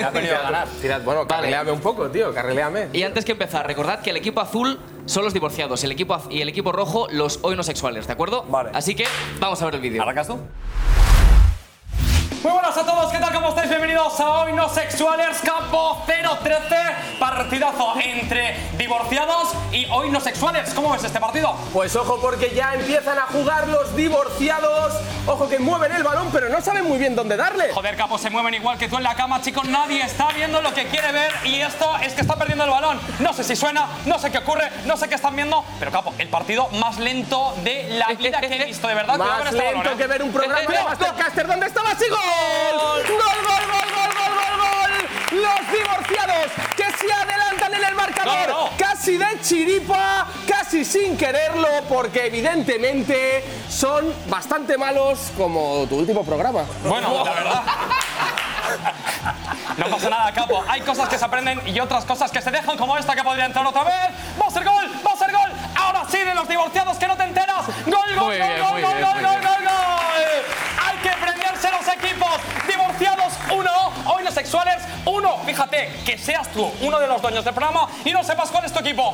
[SPEAKER 7] ha venido a ganar. bueno, carrileame un poco, tío, carrileame.
[SPEAKER 13] Y antes que empezar, recordad que el equipo azul son los divorciados y el equipo, az- y el equipo rojo los hoy no sexuales, ¿de acuerdo? Vale. Así que vamos a ver el vídeo. ¿Arrancas tú?
[SPEAKER 14] Muy buenas a todos, ¿qué tal? ¿Cómo estáis? Bienvenidos a Hoy No Sexuales, campo 013, partidazo entre divorciados y hoy no sexuales. ¿Cómo ves este partido?
[SPEAKER 7] Pues ojo porque ya empiezan a jugar los divorciados. Ojo que mueven el balón, pero no saben muy bien dónde darle.
[SPEAKER 14] Joder, capos, se mueven igual que tú en la cama, chicos. Nadie está viendo lo que quiere ver y esto es que está perdiendo el balón. No sé si suena, no sé qué ocurre, no sé qué están viendo, pero capo, el partido más lento de la
[SPEAKER 13] Eh,
[SPEAKER 14] vida que he visto, de verdad. cuidado con
[SPEAKER 7] Más
[SPEAKER 14] este balón,
[SPEAKER 7] lento
[SPEAKER 14] ¿eh?
[SPEAKER 7] que ver un programa de
[SPEAKER 14] Cuidado,
[SPEAKER 7] Mastercaster donde estaba así gol. Gol, gol, gol, gol, gol, gol, gol. Los divorciados que se adelantan en el marcador.
[SPEAKER 14] No, no.
[SPEAKER 7] Casi de chiripa, casi sin quererlo, porque evidentemente son bastante malos como tu último programa.
[SPEAKER 14] Bueno, la verdad. No pasa nada, capo. Hay cosas que se aprenden y otras cosas que se dejan, como esta que podría entrar otra vez. ¡Va a ser gol! ¡Va a ser gol! Ahora sí, de los divorciados que no te enteras. ¡Gol, gol, gol,
[SPEAKER 15] Muy bien,
[SPEAKER 14] gol,
[SPEAKER 15] muy
[SPEAKER 14] gol,
[SPEAKER 15] bien,
[SPEAKER 14] gol,
[SPEAKER 15] muy
[SPEAKER 14] gol,
[SPEAKER 15] bien.
[SPEAKER 14] gol, gol! Hay que prenderse los equipos. Divorciados, uno. Hoy los sexuales, uno. Fíjate, que seas tú uno de los dueños del programa y no sepas cuál es tu equipo.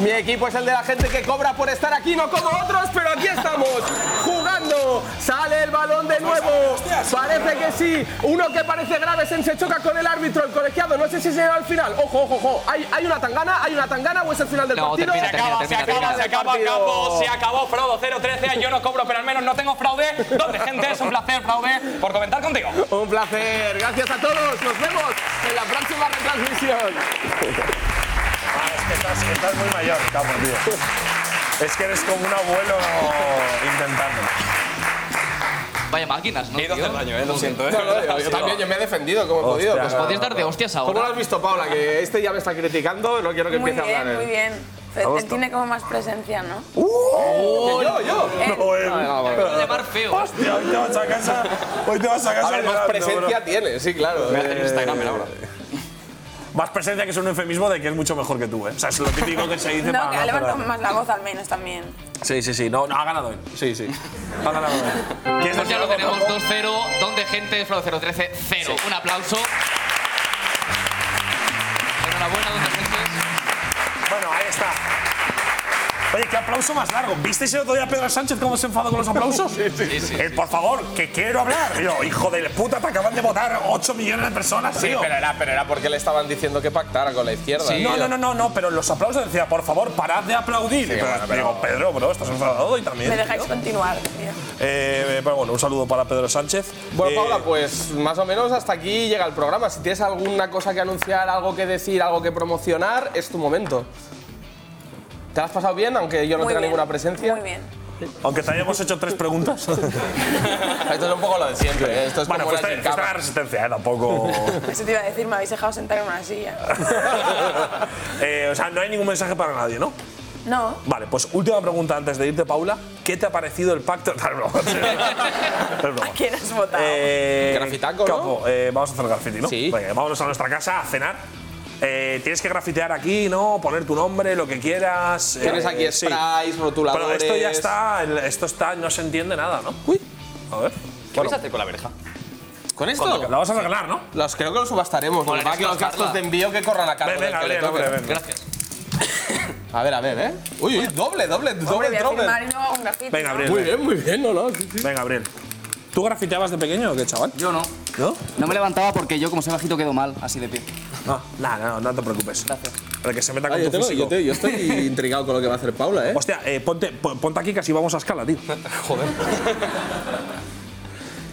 [SPEAKER 7] Mi equipo es el de la gente que cobra por estar aquí, no como otros, pero aquí estamos, jugando. Sale el balón de nuevo. Parece que sí. Uno que parece grave se- se choca con el árbitro, el colegiado. No sé si será al final. Ojo, ojo, ojo. ¿Hay, hay una tangana? ¿Hay una tangana o es el final del partido?
[SPEAKER 14] se acaba, se acaba, se acaba,
[SPEAKER 7] Partido.
[SPEAKER 14] Campos, se acabó, Frodo 013, yo no cobro, pero al menos no tengo fraude. Donde, gente, es un placer, Fraude, por comentar contigo.
[SPEAKER 7] Un placer. Gracias a todos. Nos vemos en la próxima retransmisión.
[SPEAKER 2] Es que estás, estás muy mayor, capo, tío. Es que eres como un abuelo intentando.
[SPEAKER 13] Vaya máquinas, ¿no? He ido
[SPEAKER 12] daño, eh, lo siento, eh.
[SPEAKER 7] No, no, yo también, yo me he defendido como he
[SPEAKER 12] Hostia,
[SPEAKER 7] podido.
[SPEAKER 2] pues,
[SPEAKER 7] Pues,
[SPEAKER 12] no, Podías no, dar
[SPEAKER 13] de hostias ahora.
[SPEAKER 7] ¿Cómo lo has visto, Paula? Que este ya me está criticando, no quiero que
[SPEAKER 10] Muy
[SPEAKER 7] empiece a
[SPEAKER 10] bien,
[SPEAKER 7] hablar. él.
[SPEAKER 10] muy bien.
[SPEAKER 7] A
[SPEAKER 10] Él
[SPEAKER 7] gusto.
[SPEAKER 10] tiene como más presencia, ¿no?
[SPEAKER 2] ¡Uh!
[SPEAKER 7] ¿Que yo, yo?
[SPEAKER 10] Él.
[SPEAKER 2] No, él.
[SPEAKER 7] Ah, vale.
[SPEAKER 2] Te Hostia, hoy te vas a casa. Hoy te vas a casa.
[SPEAKER 7] A ver, más
[SPEAKER 2] llorando,
[SPEAKER 7] presencia
[SPEAKER 2] bro.
[SPEAKER 7] tiene, sí, claro.
[SPEAKER 2] Me hacen
[SPEAKER 7] Eh,
[SPEAKER 2] Instagram ahora. Más presencia que es un eufemismo de que es mucho mejor que tú, ¿eh? O sea, es lo típico que se dice
[SPEAKER 10] No,
[SPEAKER 2] para
[SPEAKER 10] que ha
[SPEAKER 2] no
[SPEAKER 10] levantado
[SPEAKER 2] cerrar.
[SPEAKER 10] más la voz al menos también.
[SPEAKER 2] Sí, sí, sí. No, no, ha ganado él. Sí, sí. Ha ganado él.
[SPEAKER 13] Pues
[SPEAKER 2] ¿Quieres decir
[SPEAKER 13] ya lo
[SPEAKER 2] algo,
[SPEAKER 13] tenemos
[SPEAKER 2] Paco?
[SPEAKER 13] 2-0, donde gente, Frodo 013, 0. Un aplauso. Enhorabuena, donde gente.
[SPEAKER 2] Bueno, ahí está. Oye, qué aplauso más largo. ¿Visteis el otro día a Pedro Sánchez cómo se enfadó con los aplausos? sí, sí, El, por favor, que quiero hablar. Y Yo, hijo de puta, te acaban de votar 8 millones de personas,
[SPEAKER 7] Sí,
[SPEAKER 2] tío.
[SPEAKER 7] pero era, pero era porque le estaban diciendo que pactara con la izquierda.
[SPEAKER 2] Sí. No,
[SPEAKER 7] tío.
[SPEAKER 2] no, no, no, no, pero los aplausos decía, por favor, parad de aplaudir.
[SPEAKER 7] Sí,
[SPEAKER 2] Pero
[SPEAKER 7] bueno, pero-
[SPEAKER 2] Digo, Pedro, bro, estás enfadado y también.
[SPEAKER 7] ¿Eh?
[SPEAKER 10] Me dejáis continuar, tío.
[SPEAKER 2] Eh, pero bueno, un saludo para Pedro Sánchez.
[SPEAKER 7] Bueno,
[SPEAKER 2] Eh,
[SPEAKER 7] Paula, pues más o menos hasta aquí llega el programa. Si tienes alguna cosa que anunciar, algo que decir, algo que promocionar, es tu momento. ¿Te lo has pasado bien, aunque yo no
[SPEAKER 10] Muy
[SPEAKER 7] tenga
[SPEAKER 10] bien,
[SPEAKER 7] ninguna presencia?
[SPEAKER 10] Muy bien.
[SPEAKER 2] Aunque te hayamos hecho tres preguntas.
[SPEAKER 7] Esto es un poco lo de siempre. ¿eh? Esto es
[SPEAKER 2] bueno, pues
[SPEAKER 7] como
[SPEAKER 2] fuiste,
[SPEAKER 7] la
[SPEAKER 2] fuiste a la resistencia, ¿eh? tampoco.
[SPEAKER 10] Eso te iba a decir, me habéis dejado sentar en una silla.
[SPEAKER 2] Eh, o sea, no hay ningún mensaje para nadie, ¿no?
[SPEAKER 10] No,
[SPEAKER 2] Vale, pues última pregunta antes de irte, Paula. ¿Qué te ha parecido el pacto? No, es broma. Es broma.
[SPEAKER 10] ¿quién has votado?
[SPEAKER 2] Eh,
[SPEAKER 7] Grafitaco,
[SPEAKER 2] Capo, eh, vamos a hacer graffiti, ¿no? Sí. Venga, vámonos a nuestra casa a cenar. Eh, tienes que grafitear aquí, ¿no? Poner tu nombre, lo que quieras.
[SPEAKER 7] Tienes
[SPEAKER 2] eh,
[SPEAKER 7] aquí
[SPEAKER 2] sí.
[SPEAKER 7] sprays, rotuladores.
[SPEAKER 2] Pero esto ya está, el- esto está, no se entiende nada, ¿no? Uy. A ver.
[SPEAKER 12] ¿Qué vais a hacer con la verja?
[SPEAKER 7] ¿Con esto?
[SPEAKER 2] Con lo que- lo vas a regalar, ¿no?
[SPEAKER 7] Los, creo que los subastaremos. Lo que
[SPEAKER 12] Mola,
[SPEAKER 7] pasa es que los
[SPEAKER 12] subastarla.
[SPEAKER 7] gastos de envío que corran a cargo
[SPEAKER 2] Ven, venga,
[SPEAKER 7] del que le
[SPEAKER 2] ven,
[SPEAKER 7] toque.
[SPEAKER 2] hombre, ven.
[SPEAKER 12] Gracias.
[SPEAKER 7] A ver, a ver, ¿eh? Uy, uy, doble, doble,
[SPEAKER 10] Hombre,
[SPEAKER 7] doble,
[SPEAKER 10] voy a
[SPEAKER 7] doble.
[SPEAKER 10] firmar y luego hago un graffiti.
[SPEAKER 2] Venga,
[SPEAKER 10] ¿no?
[SPEAKER 2] Gabriel.
[SPEAKER 7] muy bien, no, no.
[SPEAKER 2] Venga, Gabriel. ¿Tú grafiteabas de pequeño o qué, chaval?
[SPEAKER 13] Yo no.
[SPEAKER 2] ¿No?
[SPEAKER 13] No me levantaba porque yo, como soy bajito, quedo mal, así de pie.
[SPEAKER 2] No, nada, no, no te preocupes. Gracias. Para que se meta con
[SPEAKER 7] Ah, yo,
[SPEAKER 2] tu
[SPEAKER 7] tengo-
[SPEAKER 2] físico.
[SPEAKER 7] yo te- yo estoy intrigado con lo que va a hacer Paula, ¿eh?
[SPEAKER 2] Hostia, eh, ponte, pon- ponte aquí que así vamos a escala, tío.
[SPEAKER 12] Joder.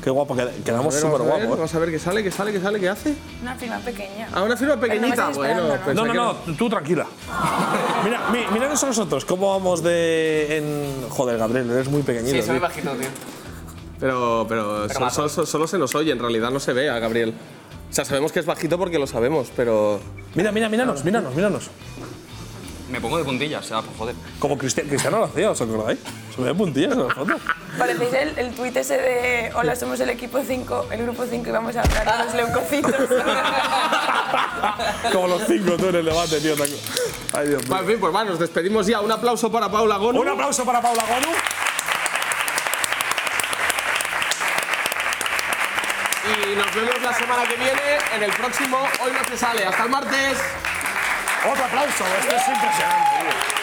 [SPEAKER 2] Qué guapo, qued- quedamos eh.
[SPEAKER 7] A
[SPEAKER 2] súper
[SPEAKER 7] ver, vamos a ver,
[SPEAKER 2] guapos.
[SPEAKER 7] Vamos a ver qué sale, qué sale, qué sale, qué hace.
[SPEAKER 10] Una firma pequeña.
[SPEAKER 7] Ah, una firma
[SPEAKER 10] Pero no me
[SPEAKER 7] pequeñita.
[SPEAKER 10] estáis
[SPEAKER 7] bueno, pues.
[SPEAKER 10] esperando,
[SPEAKER 7] pensé
[SPEAKER 2] No, no,
[SPEAKER 7] que
[SPEAKER 2] no, tú tranquila. Mira, mi- miraros a nosotros, cómo vamos de. En... Joder, Gabriel, eres muy pequeñito.
[SPEAKER 7] Sí, soy
[SPEAKER 2] tío.
[SPEAKER 7] bajito, tío. Pero, pero, sol- sol- sol- solo se nos oye, en realidad no se ve a Gabriel. O sea, sabemos que es bajito porque lo sabemos, pero.
[SPEAKER 2] Mira, mira, míranos, míranos, míranos.
[SPEAKER 16] Me pongo de puntillas, será por joder.
[SPEAKER 2] Como Cristiano, Cristiano lo hacía, ¿os acordáis? Se me da puntillas en la foto.
[SPEAKER 10] Parecéis el, el tuit ese de hola, somos el equipo 5, el grupo 5 y vamos a hablar de los leucocitos.
[SPEAKER 2] Como los cinco tú en el debate, tío. te acu- Ay, Dios mío.
[SPEAKER 7] Bueno, en fin, pues va, nos despedimos ya. Un aplauso para Paula Gonu.
[SPEAKER 2] Un aplauso para Paula Gonu.
[SPEAKER 7] Y nos vemos la semana que viene en el próximo Hoy no se sale. Hasta el martes.
[SPEAKER 2] Otro aplauso, esto es impresionante. tío.